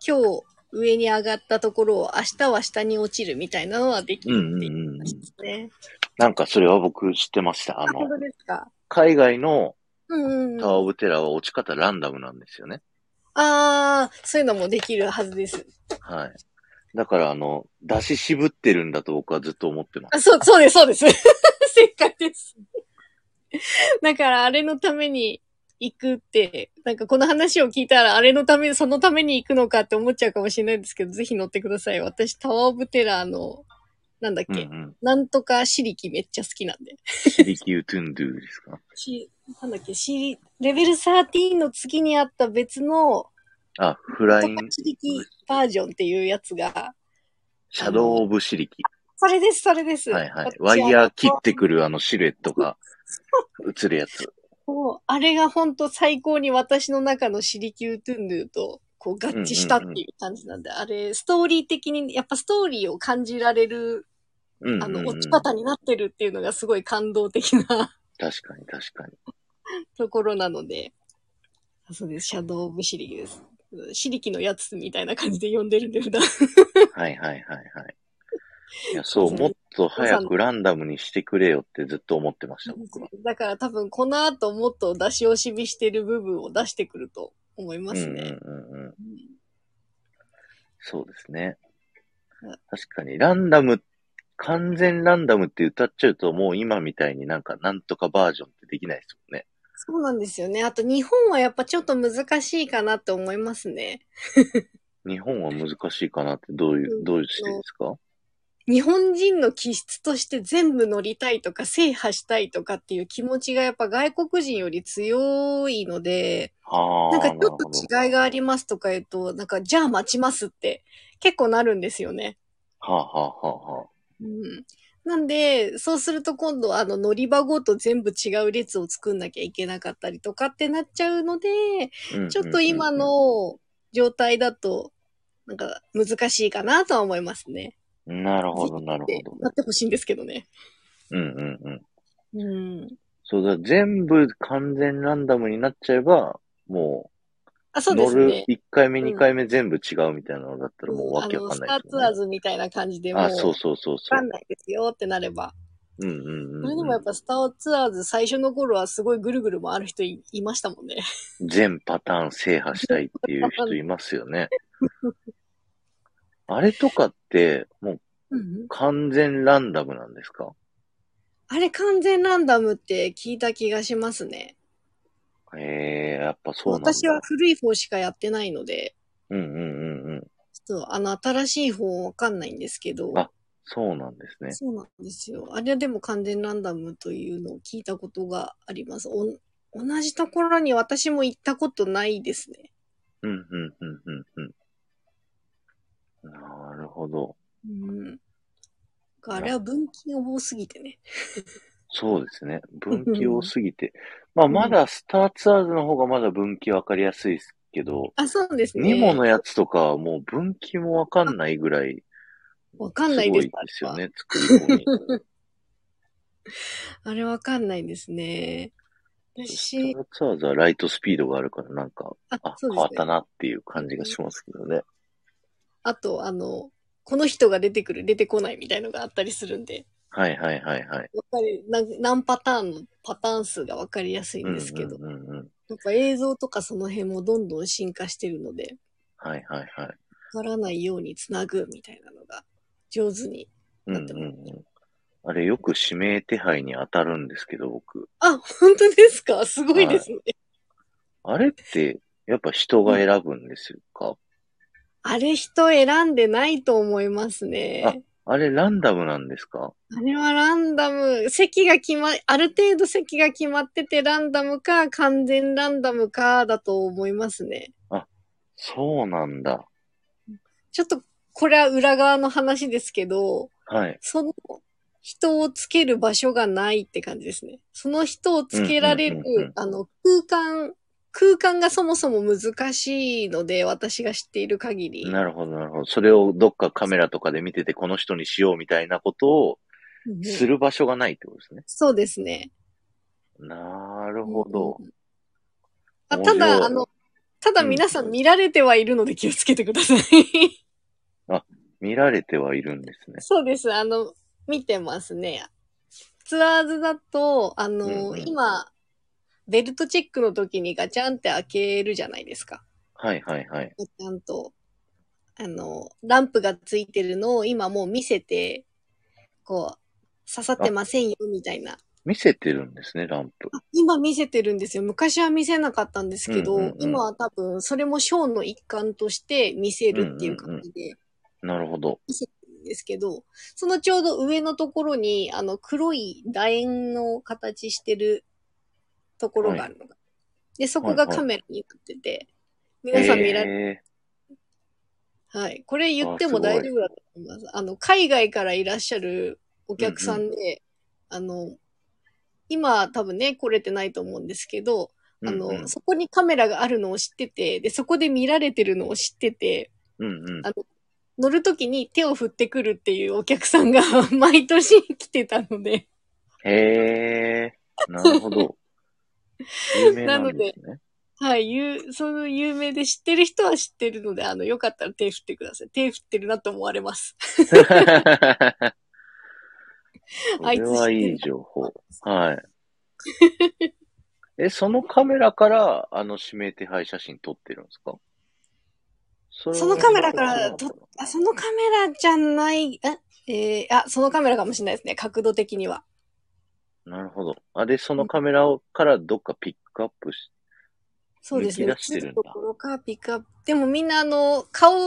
今日上に上がったところを明日は下に落ちるみたいなのはできうんるっうんていううんうん。話ですね。なんかそれは僕知ってました。ああ、本の、当ですか。海外のうんうんうん。タワーオブテラーは落ち方ランダムなんですよね。ああ、そういうのもできるはずです。はい。だから、あの、出し渋ってるんだと僕はずっと思ってまあ、す。そう、そうです、そうです。 正解です。だから、あれのために行くって、なんかこの話を聞いたら、あれのため、そのために行くのかって思っちゃうかもしれないんですけど、ぜひ乗ってください。私、タワーオブテラーの、なんだっうんうけ、ん。なんとかシリキめっちゃ好きなんで。シリキュートゥンドゥですかしなんだっけ、シリ、レベル13の次にあった別の、あ、フラなイんンとか、シリキバージョンっていうやつが、シャドウオブシリキ。それです、それです。はいはい。私ワイヤー切ってくるあのシルエットが映るやつ。そう、あれが本当最高に私の中のシリキュートゥンドゥとこう合致したっていう感じなんで、あれ、ストーリー的に、やっぱストーリーを感じられる、うんうんうんあの、落ち方になってるっていうのがすごい感動的な 確かに確かに。ところなので、そうです、シャドウ・オブ・シリキです。シリキのやつみたいな感じで呼んでるんで、普段。はいはいはいはい。いや、そう、もっと早くランダムにしてくれよってずっと思ってました、僕は。だから多分この後もっと出し惜しみしてる部分を出してくると思いまうんうすんね。うんうん。うんそうですねうん。確かに、ランダム、完全ランダムって歌っちゃうと、もう今みたいになんか、なんとかバージョンってできないですもんね。そうなんですよね。あと日本はやっぱちょっと難しいかなって思いますね。日本は難しいかなって、どういうう、んどうしてですか日本人の気質として全部乗りたいとか制覇したいとかっていう気持ちがやっぱ外国人より強いので、ああ。なんかちょっなるほどと違いがありますとか言うと、なんかじゃあ待ちますって結構なるんですよね。はあはあはあはうん。なんで、そうすると今度あの乗り場ごと全部違う列を作んなきゃいけなかったりとかってなっちゃうので、あうん。ちょっと今の状態だと、なんか難しいかなとは思いますうね。んうんうん。なるほど、なるほでど。なってほしいんですけどね。うんうんうん。うん。そうだ、全部完全ランダムになっちゃえば、も、あ、そううで乗するね。 1回目、うん2回目全部違うみたいなのだったらもうわけわかんないあの、でスすもターツんねアーズみたいな感じでもう、あ、そうわそうそうそかう。んないですよってなれば。うんうんそれでうんもうやんっ。ぱスターツアーズ最初の頃はすごいぐるぐる回る人いいましたもんね。全パターン制覇したいっていう人いますよ ね。あれとかって、もううん。完全ランダムなんですかあれ完全ランダムって聞いた気がしますね。ええやっぱそうなんだ。私は。古い方しかやってないので、うんうんうんうん。ちょっとあの新しい方わかんないんですけど。あそうなんですね。そうなんですよ。あれはでも完全ランダムというのを聞いたことがあります。お同じところに私も行ったことないですね。うんうんうんうんうん。なるほど。うん。あれは分岐が多すぎてね。そうですね。分岐多すぎ て。まあ、まだスターツアーズの方がまだ分岐わかりやすいですけど、あ、そうですね。ニモのやつとかはもう分岐もわかんないぐらい、わかんないですすごいですよね、作り込み。あれわかんないですね。ス私タ、ーツアーズはライトスピードがあるから、なんか、ああ、、そ変うでわっすたね。なっていう感じがしますけどね。あと、あの、この人が出てくる、出てこないみたいのがあったりするんで、はいはいはいはい。やっぱり何何パターンのパターン数がわかりやすいんですけど、うんうんうん。やっぱ映像とかその辺もどんどん進化してるので、はいはいはい。わからないようにつなぐみたいなのが上手に。うんうんうん。あれよく指名手配に当たるんですけど、僕。あ、本当ですかすごいですね。あれって、やっぱ人が選ぶんですよか、あれ人選んでないと思いますね。あれランダムなんですかあれはランダム、席が決ま、ある程度席が決まっててランダムか完全ランダムかだと思いますね。そうなんだ。ちょっとこれは裏側の話ですけど、はい。その人をつける場所がないって感じですね。その人をつけられうるんうんうんうん、あの、空間、空間がそもそも難しいので、私が知っている限り。なるほどなるほど。それをどっかカメラとかで見てて、この人にしようみたいなことをうんうんする場所がないってことですね。そうですね。なるほどうん。うんあ面た白いだ、あの、ただ皆さん見られてはいるので気をつけてく ださい。見られてはいるんですね。そうです。あの、見てますね。ツアーズだと、あの、うんうん今、ベルトチェックの時にガチャンって開けるじゃないですか。はいはいはい。ちゃんと、あの、ランプがついてるのを今もう見せて、こう、刺さってませんよ、みたいな。見せてるんですね、ランプ。今見せてるんですよ。昔は見せなかったんですけど、うんうんうん今は多分、それもショーの一環として見せるっていう感じで、なるほど。ですけど、そのちょうど上のところに、あの、黒い楕円の形してるところがあるのが。で、そこがカメラになってて、皆さん見られえはい。これ言っても大丈夫だと思います。あの、海外からいらっしゃるお客さんで、あの、今多分ね、来れてないと思うんですけど、あの、うんうんそこにカメラがあるのを知ってて、で、そこで見られてるのを知ってて、うんうんあ。乗るときに手を振ってくるっていうお客さんが 毎年来てたので、へえ、なるほ ど。有名なんですね。はい、ゆう、その有名で知ってる人は知ってるので、あの、よかったら手振ってください。手振ってるなと思われます。 これはいい情 報。はい。え、そのカメラから、あの指名手配写真撮ってるんですかそれはそのカメラから撮っあそのカメラじゃない、え、えーあ、そのカメラかもしれないですね、角度的には。なるほど。あ、で、そのカメラをからどっかピックアップし、そうですね。抜き出してるんだ映ところかピックアップ。でもみんなあの、顔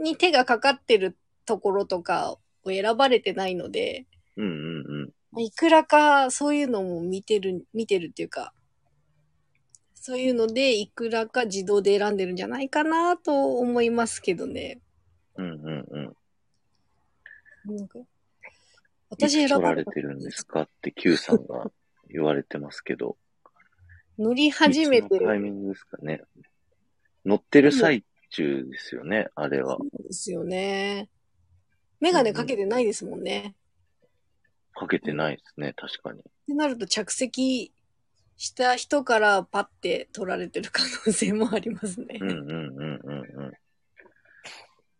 に手がかかってるところとかを選ばれてないので、うんうんうん。まあいくらかそういうのも見てる、見てるっていうか、そういうので、いくらか自動で選んでるんじゃないかなと思いますけどね。うんうんうん。なんかい私つ撮選らばれれててるんですかって Q さんが言われてますけ ど。乗り始めていつのタイるミングですかね。乗ってる最中ですよね、あれは。んですよね。メガネかけてないですもんね。かけてないですね、確かに。ってなると着席した人からパッて取られてる可能性もありますね。うんうんうんうんうん。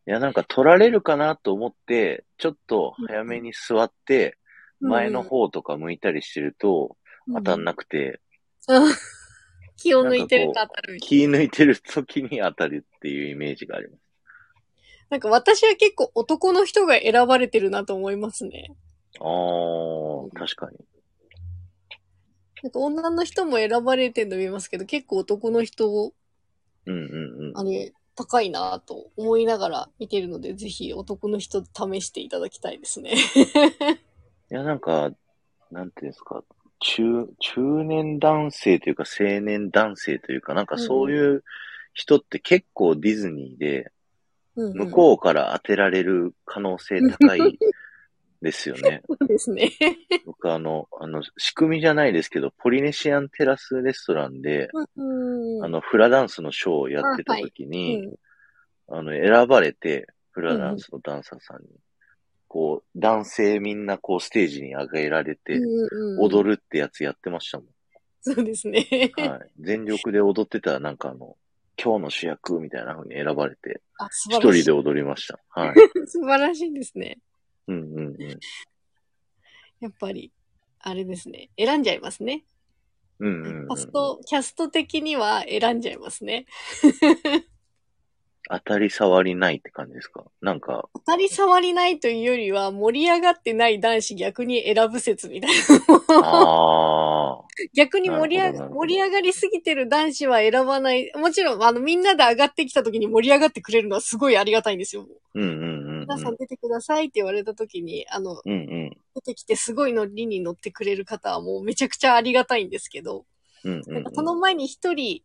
いや、なんか取られるかなと思って、ちょっと早めに座って、前の方とか向いたりしてると、うん当たんなくて、うん気を抜いてると当たるみたい気抜いてる時に当たるっていうイメージがあります。な。なんか私は結構男の人が選ばれてるなと思いますね。あー、確かに。なんか女の人も選ばれてるの見ますけど、結構男の人を、うんうんうん。あれ、高いなと思いながら見てるので、ぜひ男の人試していただきたいです ね。いや、なんか、なんていうんですか、中、中年男性というか青年男性というか、なんかそういう人って結構ディズニーで、向こうから当てられる可能性高いですよ ね。うん。そうですね。僕あの、あの、仕組みじゃないですけど、ポリネシアンテラスレストランで、うんあ、の、フラダンスのショーをやってた時うに、ん、あの、選ばれて、フラダンスのダンサーさんに、こう、男性みんなこうステージに上げられて、る。踊るってやつやってましたもん。そうですね。はい。全力で踊ってたら、なんかあの、今日の主役みたいな風に選ばれて、 あ、素一晴らしい人で。踊りました。 はい。素晴らしいですね。うんうんうん。やっぱり、あれですね。選んじゃいますね。うんキうん、うん。ャスト、キャスト的には選んじゃいますね。当たり障りないって感じですかなん か、当たり障りないというよりは、盛り上がってない男子逆に選ぶ説みたいなのあも。あ、逆に盛りなる上ほどながるほど盛り上がりすぎてる男子は選ばない。もちろん、あの、みんなで上がってきた時に盛り上がってくれるのはすごいありがたいんですよ。うんうんうんうん。皆さん出てくださいって言われた時に、あの、うんうん。出てきてすごい乗りに乗ってくれる方はもうめちゃくちゃありがたいんですけど。うんうん、うなんんか。その前に一人、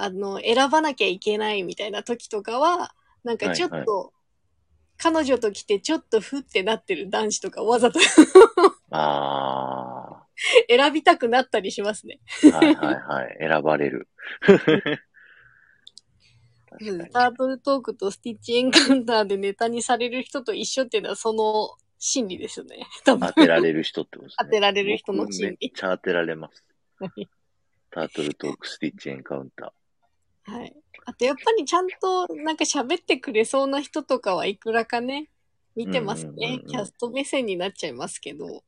あの、選ばなきゃいけないみたいな時とかは、なんかちょっと、はい彼女と来てちょっとふってなってる男子とかわざと あ選びたくなったりしますね。あ、はいはいはい。選ばれ る。確かうにん。タートルトークとスティッチエンカウンターでネタにされる人と一緒っていうのはその心理ですよね。 多分当てられる人ってことですね。当てられる人の僕め心っ理。ちゃ当てられます。はいタートルトークスティッチエンカウンター。はい。あとやっぱりちゃんとなんか喋ってくれそうな人とかはいくらかね、見てますうんうんうんねう。んキャスト目線になっちゃいますけど。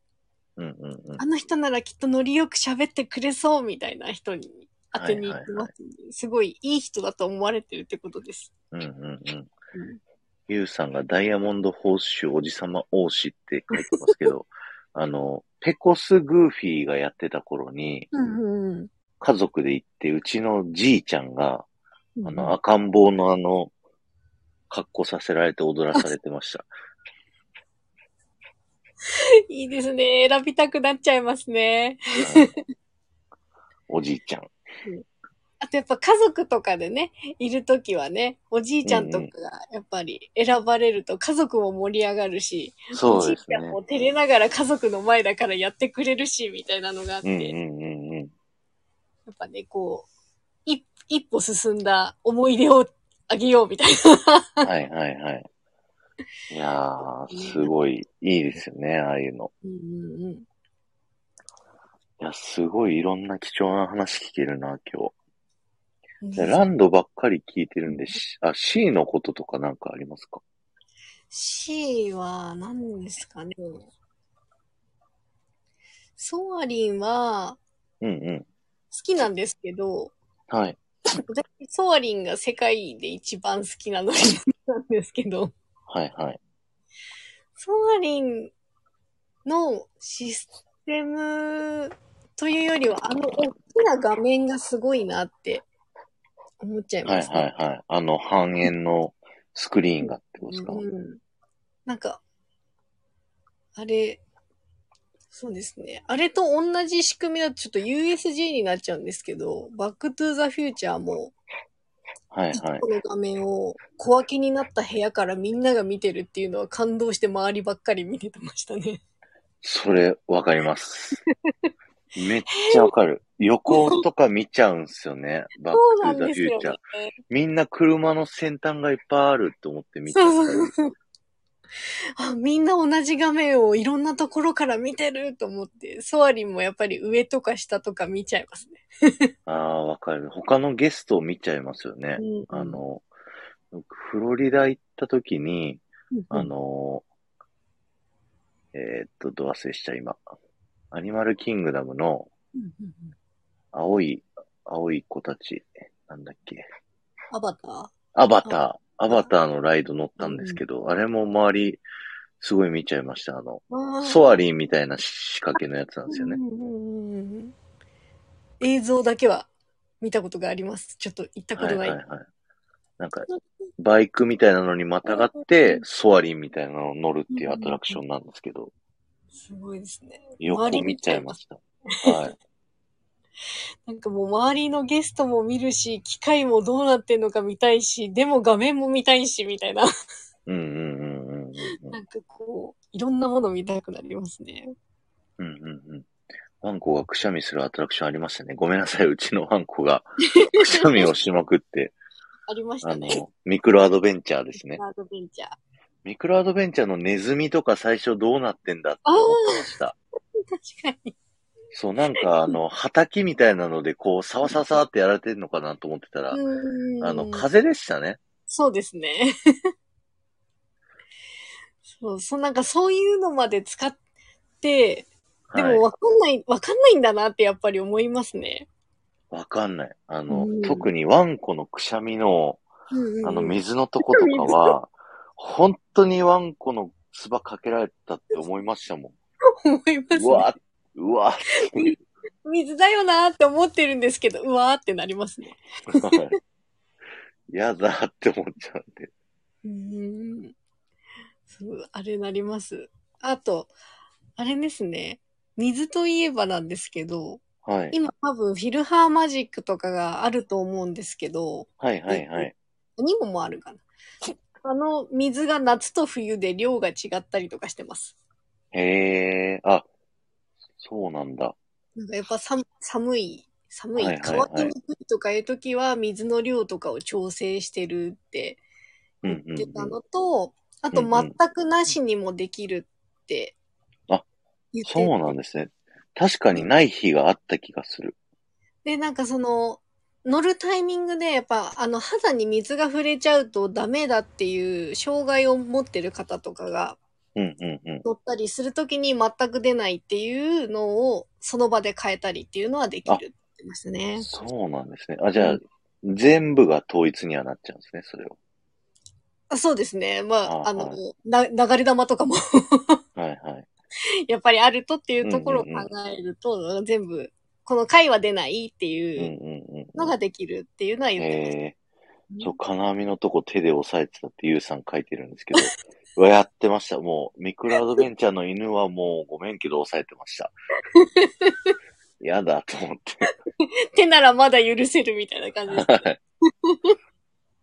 うんうんうんあ。の人ならきっとノリよく喋ってくれそうみたいな人に当てに行ってますんで、すごいいい人だと思われてるってことです。うんうんうんうん。ゆうさんがダイヤモンド報酬おじさま王子って書いてますけ ど、あの、ペコスグーフィーがやってた頃に、うんう家族で行って、うちのじいちゃんが、んあの、赤ん坊のあの、格好させられて踊らされてました。 いいですね。選びたくなっちゃいますね。 はいおじいちゃん。あとやっぱ家族とかでね、いるときはね、おじいちゃんとかがやっぱり選ばれると家族も盛り上がるし、そおうじでいすちねゃ。んも照れながら家族の前だからやってくれるし、みたいなのがあっうて、んうやんうんうん。っぱね、こう、一一歩進んだ思い出をあげようみたいはいはいはい。いやー、すごい、いいですよね、ああいうの。な。うんうんうん。いや、すごいいろんな貴重な話聞けるな、今うん日。ランドばっかり聞いてるんで、しあ、C のこととかなんかありますか C は何ですかね。ソアリンはうんうん。好きなんですけど、はい。私ソアリンが世界で一番好きなのなんですけど、はいはい。ソアリンのシステムというよりは、あの大きな画面がすごいなって思っちゃいはまいすね。はいはい。あの、半円のスクリーンがってことですか、うん、なんか、あれ、そうですね。あれと同じ仕組みだとちょっと USJ になっちゃうんですけど、バックトゥーザフューチャーも、はいは1い個。の画面を小分けになった部屋からみんなが見てるっていうのは感動して周りばっかり見てましたね。それ、わかります。めっちゃわかる。横とか見ちゃうんすよね。バッそうなクんトゥーザでフすュよーチャー。ね。みんな車の先端がいっぱいあると思って見ちゃそうったりそうそう。あみんな同じ画面をいろんなところから見てると思って、ソアリンもやっぱり上とか下とか見ちゃいますね。ああ、わかる。他のゲストを見ちゃいますよね。あの、僕フロリダ行った時に、うん、あの、えーっと、ど忘れした今。アニマルキングダムのうんうんうん、青い、青い子たち、なんだっけ。アバターアバター、アバターのライド乗ったんですけど、あれも周り、すごい見ちゃいました。あの、ソアリンみたいな仕掛けのやつなんですよね。うんうんうんうん映像だけは見たことがあります。ちょっと行ったこはいとはないい。はい。なんか、バイクみたいなのにまたがって、ソアリンみたいなのを乗るっていうアトラクションなんですけど、すごいですね。よく見ちゃいました。はい。なんかもう周りのゲストも見るし、機械もどうなってんのか見たいし、でも画面も見たいし、みたいな。うんうんうんうんうん なんかこう、いろんなもの見たくなりますね。うん。うんうんうん。ワンコがくしゃみするアトラクションありましたね。ごめんなさい、うちのワンコがくしゃみをしまくって、ありましあたね。の、ミクロアドベンチャーですね。アドベンチャー。ミクロアドベンチャーのネズミとか最初どうなってんだって思ってました。確かに。そう、なんかあ の、畑みたいなので、こう、サワサワサワってやられてるのかなと思ってたら、うんあの、風でしたね。そうですね。 そう、そう、なんかそういうのまで使って、ではいもわかんない、わかんないんだなってやっぱり思いますね。わかんない。あの、うん特にワンコのくしゃみの、あの、水のとことか水は、本当にワンコの唾かけられたって思いましたも 思いまん。すうね。わ、うわ、水だよなって思ってるんですけど、うわーってなりますね。 やだって思っちゃうんで。うん。そう、あれなります。あと、あれですね。水といえばなんですけど、はい。今多分フィルハーマジックとかがあると思うんですけど、はいはいはい。何個もあるかな。あの、水が夏と冬で量が違ったりとかしてます。へえ、あ、そうなんだ。なんかやっぱ寒寒い、寒い、はいはいはい乾きにくいとかいう時は水の量とかを調整してるってうん言っうんてたうん。のと、あとうんうん全くなしにもできるってあ言ってそて、うなんですね。確かにない日があった気がする。で、なんかその、乗るタイミングで、やっぱ、あの、肌に水が触れちゃうとダメだっていう障害を持ってる方とかがうんうんうん。乗ったりするときに全く出ないっていうのをその場で変えたりっていうのはできるって言ってましたね。そうなんですね。あ、じゃあ、全部が統一にはなっちゃうんですね、それを。あそうですね。まあ、ああはの、な流れ玉とかもはいはい。やっぱりあるとっていうところを考えると、全部、この回は出ないってうんいううんうん。のができるっていうのは言ってました。えー、そう、金網のとこ手で押さえてたってゆうさん書いてるんですけど、 うわやってました。 もう、ミクロアドベンチャーの犬はもうごめんけど押さえてました。やだと思って。ってならまだ許せるみたいな感 じです。はい。わ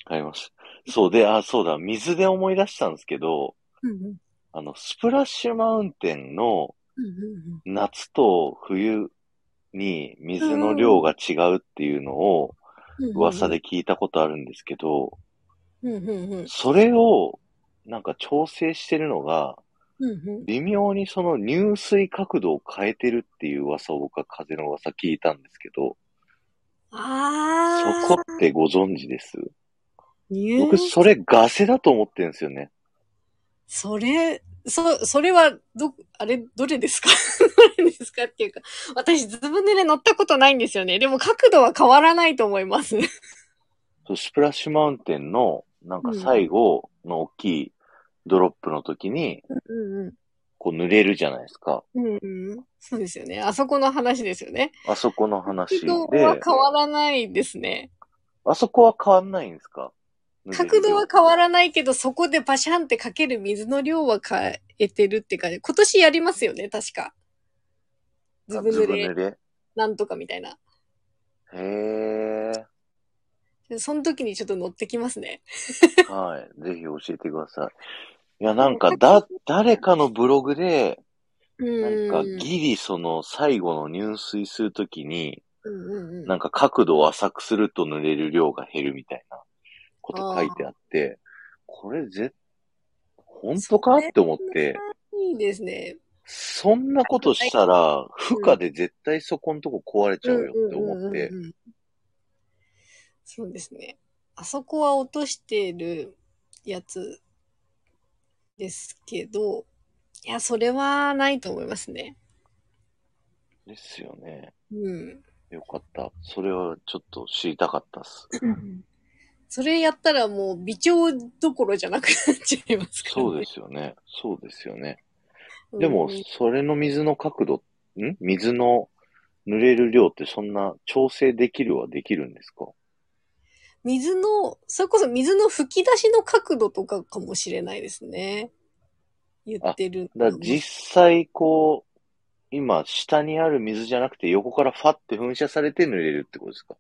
かりました。そうで、あ、そうだ、水で思い出したんですけど、うんうんあの、スプラッシュマウンテンのうんうんうん夏と冬に水の量が違うっていうのをうんうん噂で聞いたことあるんですけど、うんうんうんそれをなんか調整してるのが、うんうん微妙にその入水角度を変えてるっていう噂を僕は風の噂聞いたんですけど、ああ。そこってご存知です入僕それガセだと思ってるんですよね。それ、そ、それは、ど、あれ、どれですか どれですかっていうか、私ずぶ濡れ乗ったことないんですよね。でも角度は変わらないと思います。そうスプラッシュマウンテンのなんか最後の大きいドロップの時にうんこう濡れるじゃないですか。うん。うんうん。そうですよね。あそこの話ですよね。あそこの話角度はで、変わらないですね。あそこは変わんないんですか角度は変わららないけど、そこでパシャンってかける水の量は変えてるって感じ。今年やりますよね、確か。ずぶず濡ぶれ濡、れ。なんとかみたいな。へその時にちょっと乗ってきますね。ー。 はい。ぜひ教えてください。いや、なんかだ、誰かのブログで、うん。なんかギリその最後の入水するときに、うんうんうん。なんか角度を浅くすると濡れる量が減るみたいなこと書いてあって、これぜ、本当かそっれて思って、いいですね。そんなことしたら、負荷で絶対そこんとこ壊れちゃうよって思ってうん、うんうんうん。そうですね。あそこは落としてるやつですけど、いや、それはないと思いますね。ですよね。うん。よかった。それはちょっと知りたかったっす。それやったらもう微調どころじゃなくなっちゃいますから、。そうですすよね。そうですよね。でも、それの水の角度、ん水の濡れる量ってそんな調整できるはできるんですか水の、それこそ水の吹き出しの角度とかかもしれないですね。言ってるのだは。から実際、こう、今、下にある水じゃなくて、横からファって噴射されて濡れるってことですか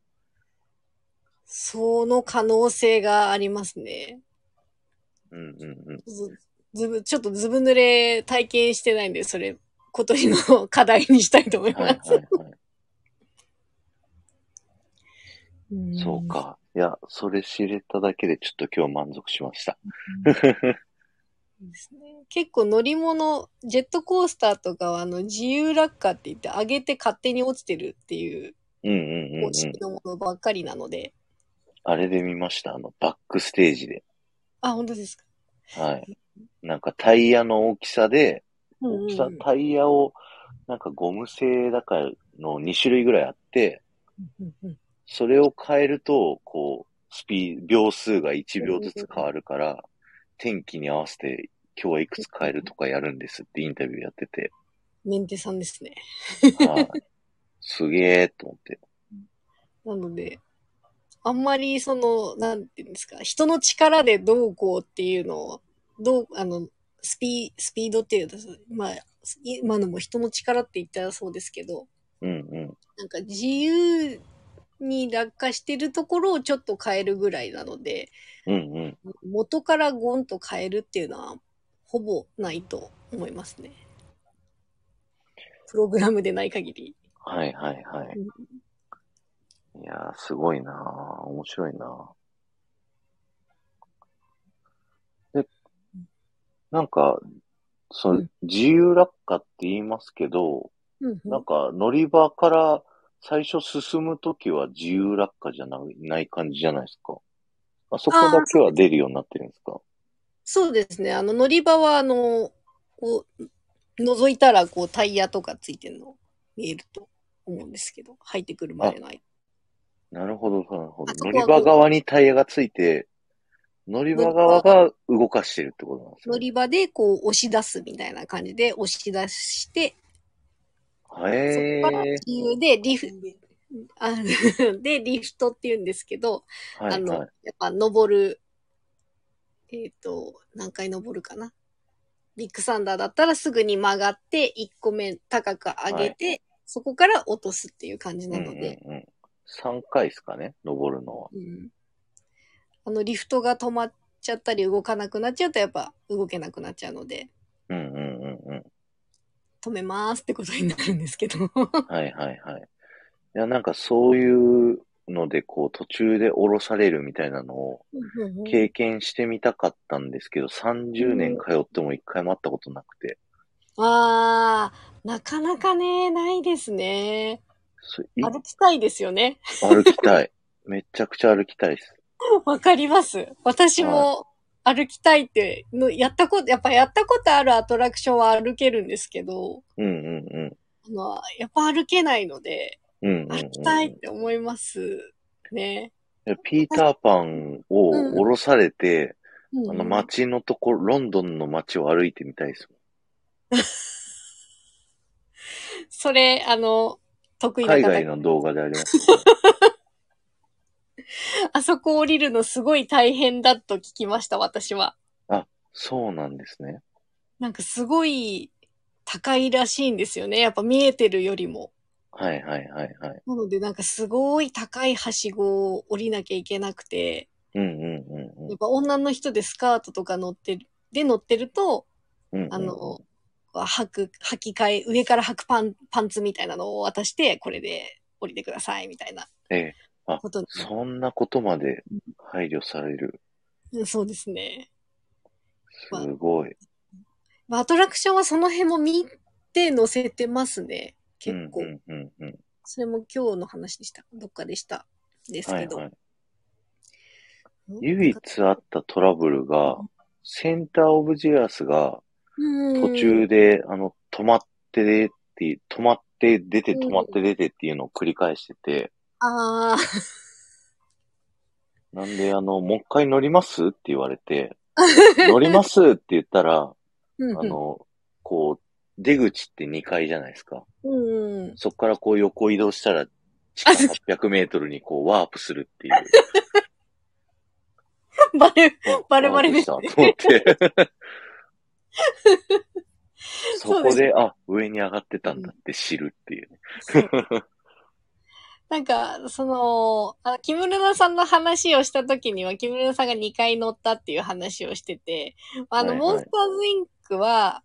その可能性がありますね。うんうんうん。ずずぶちょっとずぶ濡れ体験してないんで、それ、今年の課題にしたいと思いはいまはす。いはい。そう。か。いや、それ知れただけで、ちょっと今日満足しました。ですね結構乗り物、ジェットコースターとかは、あの、自由落下って言って、上げて勝手に落ちてるっていううんうんうん、う方ん。式のものばっかりなので。あれで見ました。あの、バックステージで。あ、本当ですか。はい。なんかタイヤの大きさで、うん大うんうんきさ、タイヤを、なんかゴム製だからの2種類ぐらいあって、うんうんそれを変えると、こう、スピー秒数が1秒ずつ変わるから、天気に合わせて今日はいくつ変えるとかやるんですってインタビューやって て、メンテさんですね。はい。すげえと思って。なので、あんまりその、なんていうんですか、人の力でどうこうっていうのを、どう、あの、スピスピードっていうと、まあ、今のも人の力って言ったらそうですけど、うんうん。なんか自由に落下してるところをちょっと変えるぐらいなので、うんうん。元からゴンと変えるっていうのは、ほぼないと思いますね。プログラムでない限り。はいはいはい。いやー、すごいなー面白いなーで、なんか、そうのん、自由落下って言いますけど、うんうんなんか、乗り場から最初進むときは自由落下じゃないない感じじゃないですか。あそこだけは出るようになってるんですかそうですね。あの、乗り場は、あの、こう、覗いたら、こう、タイヤとかついてるの見えると思うんですけど、入ってくるまでの間。なるほど、なるほどあ。そ乗こはり場側にタイヤがついて、乗り場側が動かしてるってことなんです乗ね。り場で、こう、押し出すみたいな感じで、押し出して、そへこから自由で、リフ、あで、リフトって言うんですけど、ー。はあいの、はやい。っぱ、登る、えっ、と、何回登るかな。ビッグサンダーだったらすぐに曲がって、1個目高く上げて、そこから落とすっていう感じうんうなんので、うん。3回ですかね、登るのは。うんあのリフトが止まっちゃったり動かなくなっちゃうとやっぱ動けなくなっちゃうので、うんうんうんうん。止めますってことになるんですけはど。いはいはい。いや、なんかそういうので、こう、途中で降ろされるみたいなのを経験してみたかったんですけど、30年通っても1回も会ったことなくて、 あー、なかなかね、ないですね。それい歩きたいですよね。歩きたい。めちゃくちゃ歩きたいです。わかります。私も歩きたいっての、やったこと、やっぱやったことあるアトラクションは歩けるんですけど、うんうんうん。あのやっぱ歩けないので、うんうん、うん。歩きたいって思いますね。いやピーターパンを降ろされて、うんあの街のところ、ロンドンの街を歩いてみたいですそれ、あの、得も意ん。な海外方。の動画であり ます、あそこ降りるのすごい大変だと聞きました、私は。そうなんですね。なんかすごい高いらしいんですよね。やっぱ見えてるよりも。はいはいはいはい。なのでなんかすごい高いはしごを降りなきゃいけなくて、うんうんうんうやんっぱ女の人でスカートとか乗ってる、で乗ってると、うんうん。あの、履く、履き替え、上から履くパン、パンツみたいなのを渡して、これで降りてください、みたいなええ、ことに。そんなことまで配慮される。うんそうですね。すごい。まあアトラクションはその辺も見て載せてますね。結構。うんうんうんうん。それも今日の話でした。どっかでした。ですはけいど。はい。うん唯一あったトラブルが、センターオブジェアスが途途中で、あの、止まってでって、止まって出てうん止まって出てっていうのを繰り返してて、ああ、なんであの、もう一回乗りますって言われ て、乗りますって言ったら、うんうんあの、こう、出口って2階じゃないですか。うんうん。そこからこう横移動したら、地下あそう800メートルにこうワープするっていう。 バレ、あ バレバレですワープしたと思っ て。そそうでこすで、あ、上に上がってたんだって知るっていうね。 なんか、その、あ木村さんの話をした時には、木村さんが2回乗ったっていう話をしてて、あの、はいはいモンスターズインクは、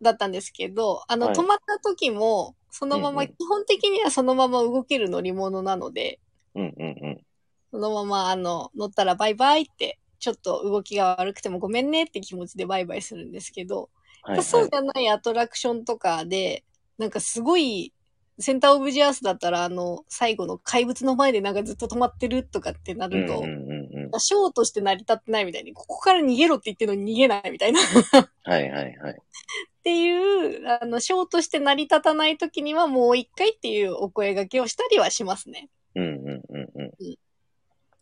だったんですけど、あの、はい止まった時も、そのまま、うんうん基本的にはそのまま動ける乗り物なので、うんうんそのまま、あの、乗ったらバイバイって、ちょっと動きが悪くてもごめんねって気持ちでバイバイするんですけど、うん。はい、そはうい。じゃないアトラクションとかで、なんかすごい、センターオブジェアースだったら、あの、最後の怪物の前でなんかずっと止まってるとかってなうんるうんと、うんうん。ショーとして成り立ってないみたいに、ここから逃げろって言ってるのに逃げないみたいな。っ はいはいはい。ていう、あの、ショーとして成り立たない時にはもう一回っていうお声掛けをしたりはしますね。うんうんうんうんん。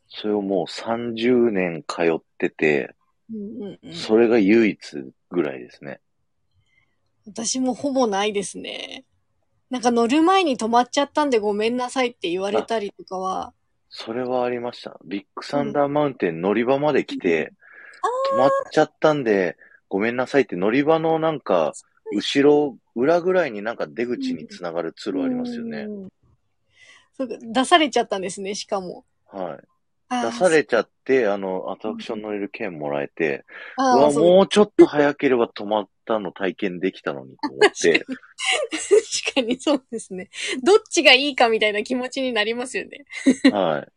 それをもう30年通ってて、うんうんうん。それが唯一ぐらいですね。私もほぼないですね。なんか乗る前に止まっちゃったんでごめんなさいって言われたりとかは、それはありました。ビッグサンダーマウンテン乗り場まで来て、止まっちゃったんで、ごめんなさいって乗り場のなんか、後ろ、裏ぐらいになんか出口につながる通路ありますよね。うん。そうか出されちゃったんですね、しかも。はい。あー出されちゃって、あの、アトラクション乗れる券もらえて、うあーわ、そうもうちょっと早ければ止まったの体験できたのにと思 って、 確かにそうですね。どっちがいいかみたいな気持ちになりますよね。はい。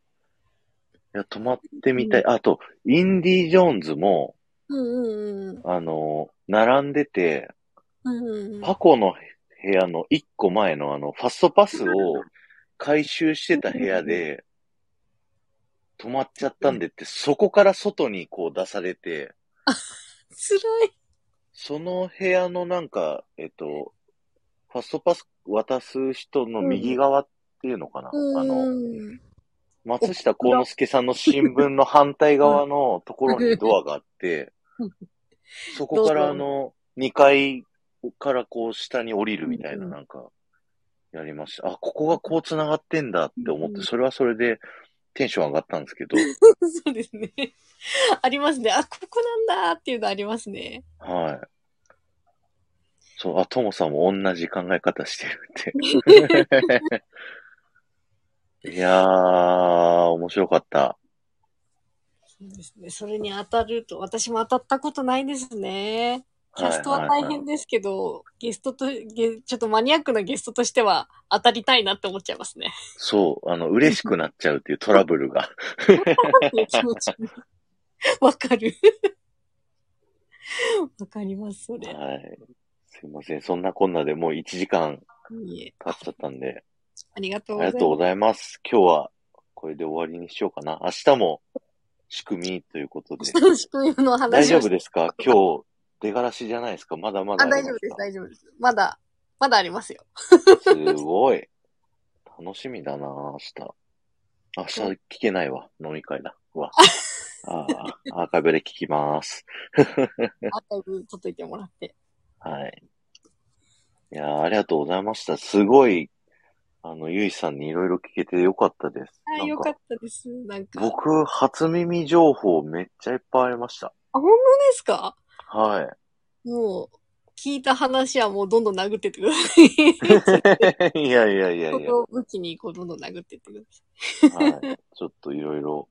いや、止まってみたい。あと、インディ・ージョーンズも、うんうんうん。あの、並んでて、うんうんうん、パコの部屋の一個前のあの、ファストパスを回収してた部屋で、止まっちゃったんでって、そこから外にこう出されて、辛い。その部屋のなんか、えっと、ファストパス渡す人の右側っていうのかな、あの、うん松下幸之助さんの新聞の反対側のところにドアがあ ってうん、そこからどあうの、2階からこう下に降りるみたいなうんなんか、やりました。あ、ここがこう繋がってんだって思っうて、んそれはそれでテンション上がったんですけど、そうですね。 ありますね。あ、ここなんだっていうのありますね。はい。そう、あ、ともさんも同じ考え方してる って。いやー、面白かった。そうですね。それに当たると、私も当たったことないですね。キャストははい大はいはい変ですけど、ゲストとゲ、ちょっとマニアックなゲストとしては当たりたいなって思っちゃいますね。そう、あの、嬉しくなっちゃうっていうトラブルが。っていう気持ちに わかる。わかります、それ。はい。すいません。そんなこんなでもう1時間いいえ。経っちゃったんで、ありがとうあござりがといますう。ございます。今日はこれで終わりにしようかな。明日も仕組みということ で。楽しくの話大丈を夫ですか今日、出がらしじゃないですかまだまだあ、大丈夫です、大丈夫です。まだ、まだありますよ。す。すごい。楽しみだな明日。明日聞けないわ。飲み会だ。う わ。ああ、アーカイブで聞きます。アーカイブ取っといてもらって。はい。いやーありがとうございました。すごい、あの、ゆいさんにいろいろ聞けてよかったです。あ、なんよか、かったです。なんか。あ、僕、初耳情報めっちゃいっぱいありました。本当ですか はい。もう、聞いた話はもうどんどん殴ってってください。いやいやいやこいやれ。を武器にこうどんどん殴ってってくださはい。ちょっといろいろ、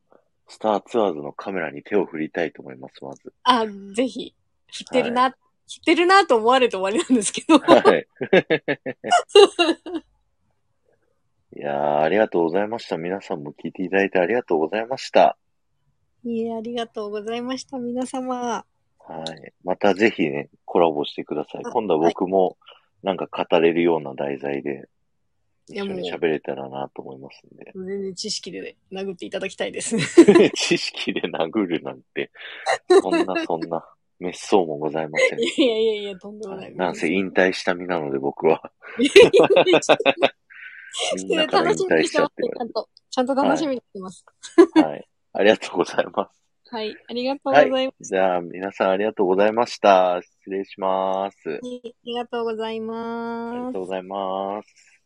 スターツアーズのカメラに手を振りたいと思います、まず。い。あ、ぜひ、振ってるな、振ってるなと思われて終わりなんですけど。 はい。いやー、ありがとうございました。皆さんも聞いていただいてありがとうございました。いえ、ありがとうございました、皆様。はい。またぜひね、コラボしてください。あ今度は僕も、なんか語れるような題材で、い一や緒もうに喋れたらなと思いますん で。全然知識で殴っていただきたいです。知識で殴るなんて、そんなそんな、滅相もございません。いやいやいや、とんでもはない。いなんせ引退した身なので僕は。みんなから楽引しみ退しにしちてゃっまてす。ちゃんと、ちゃんと楽しみにしてます。言われて。はい。ありがとうございます。はい、ありがとうございます。じゃあ皆さんありがとうございました。失礼します。ありがとうございあまりすがと。うございます。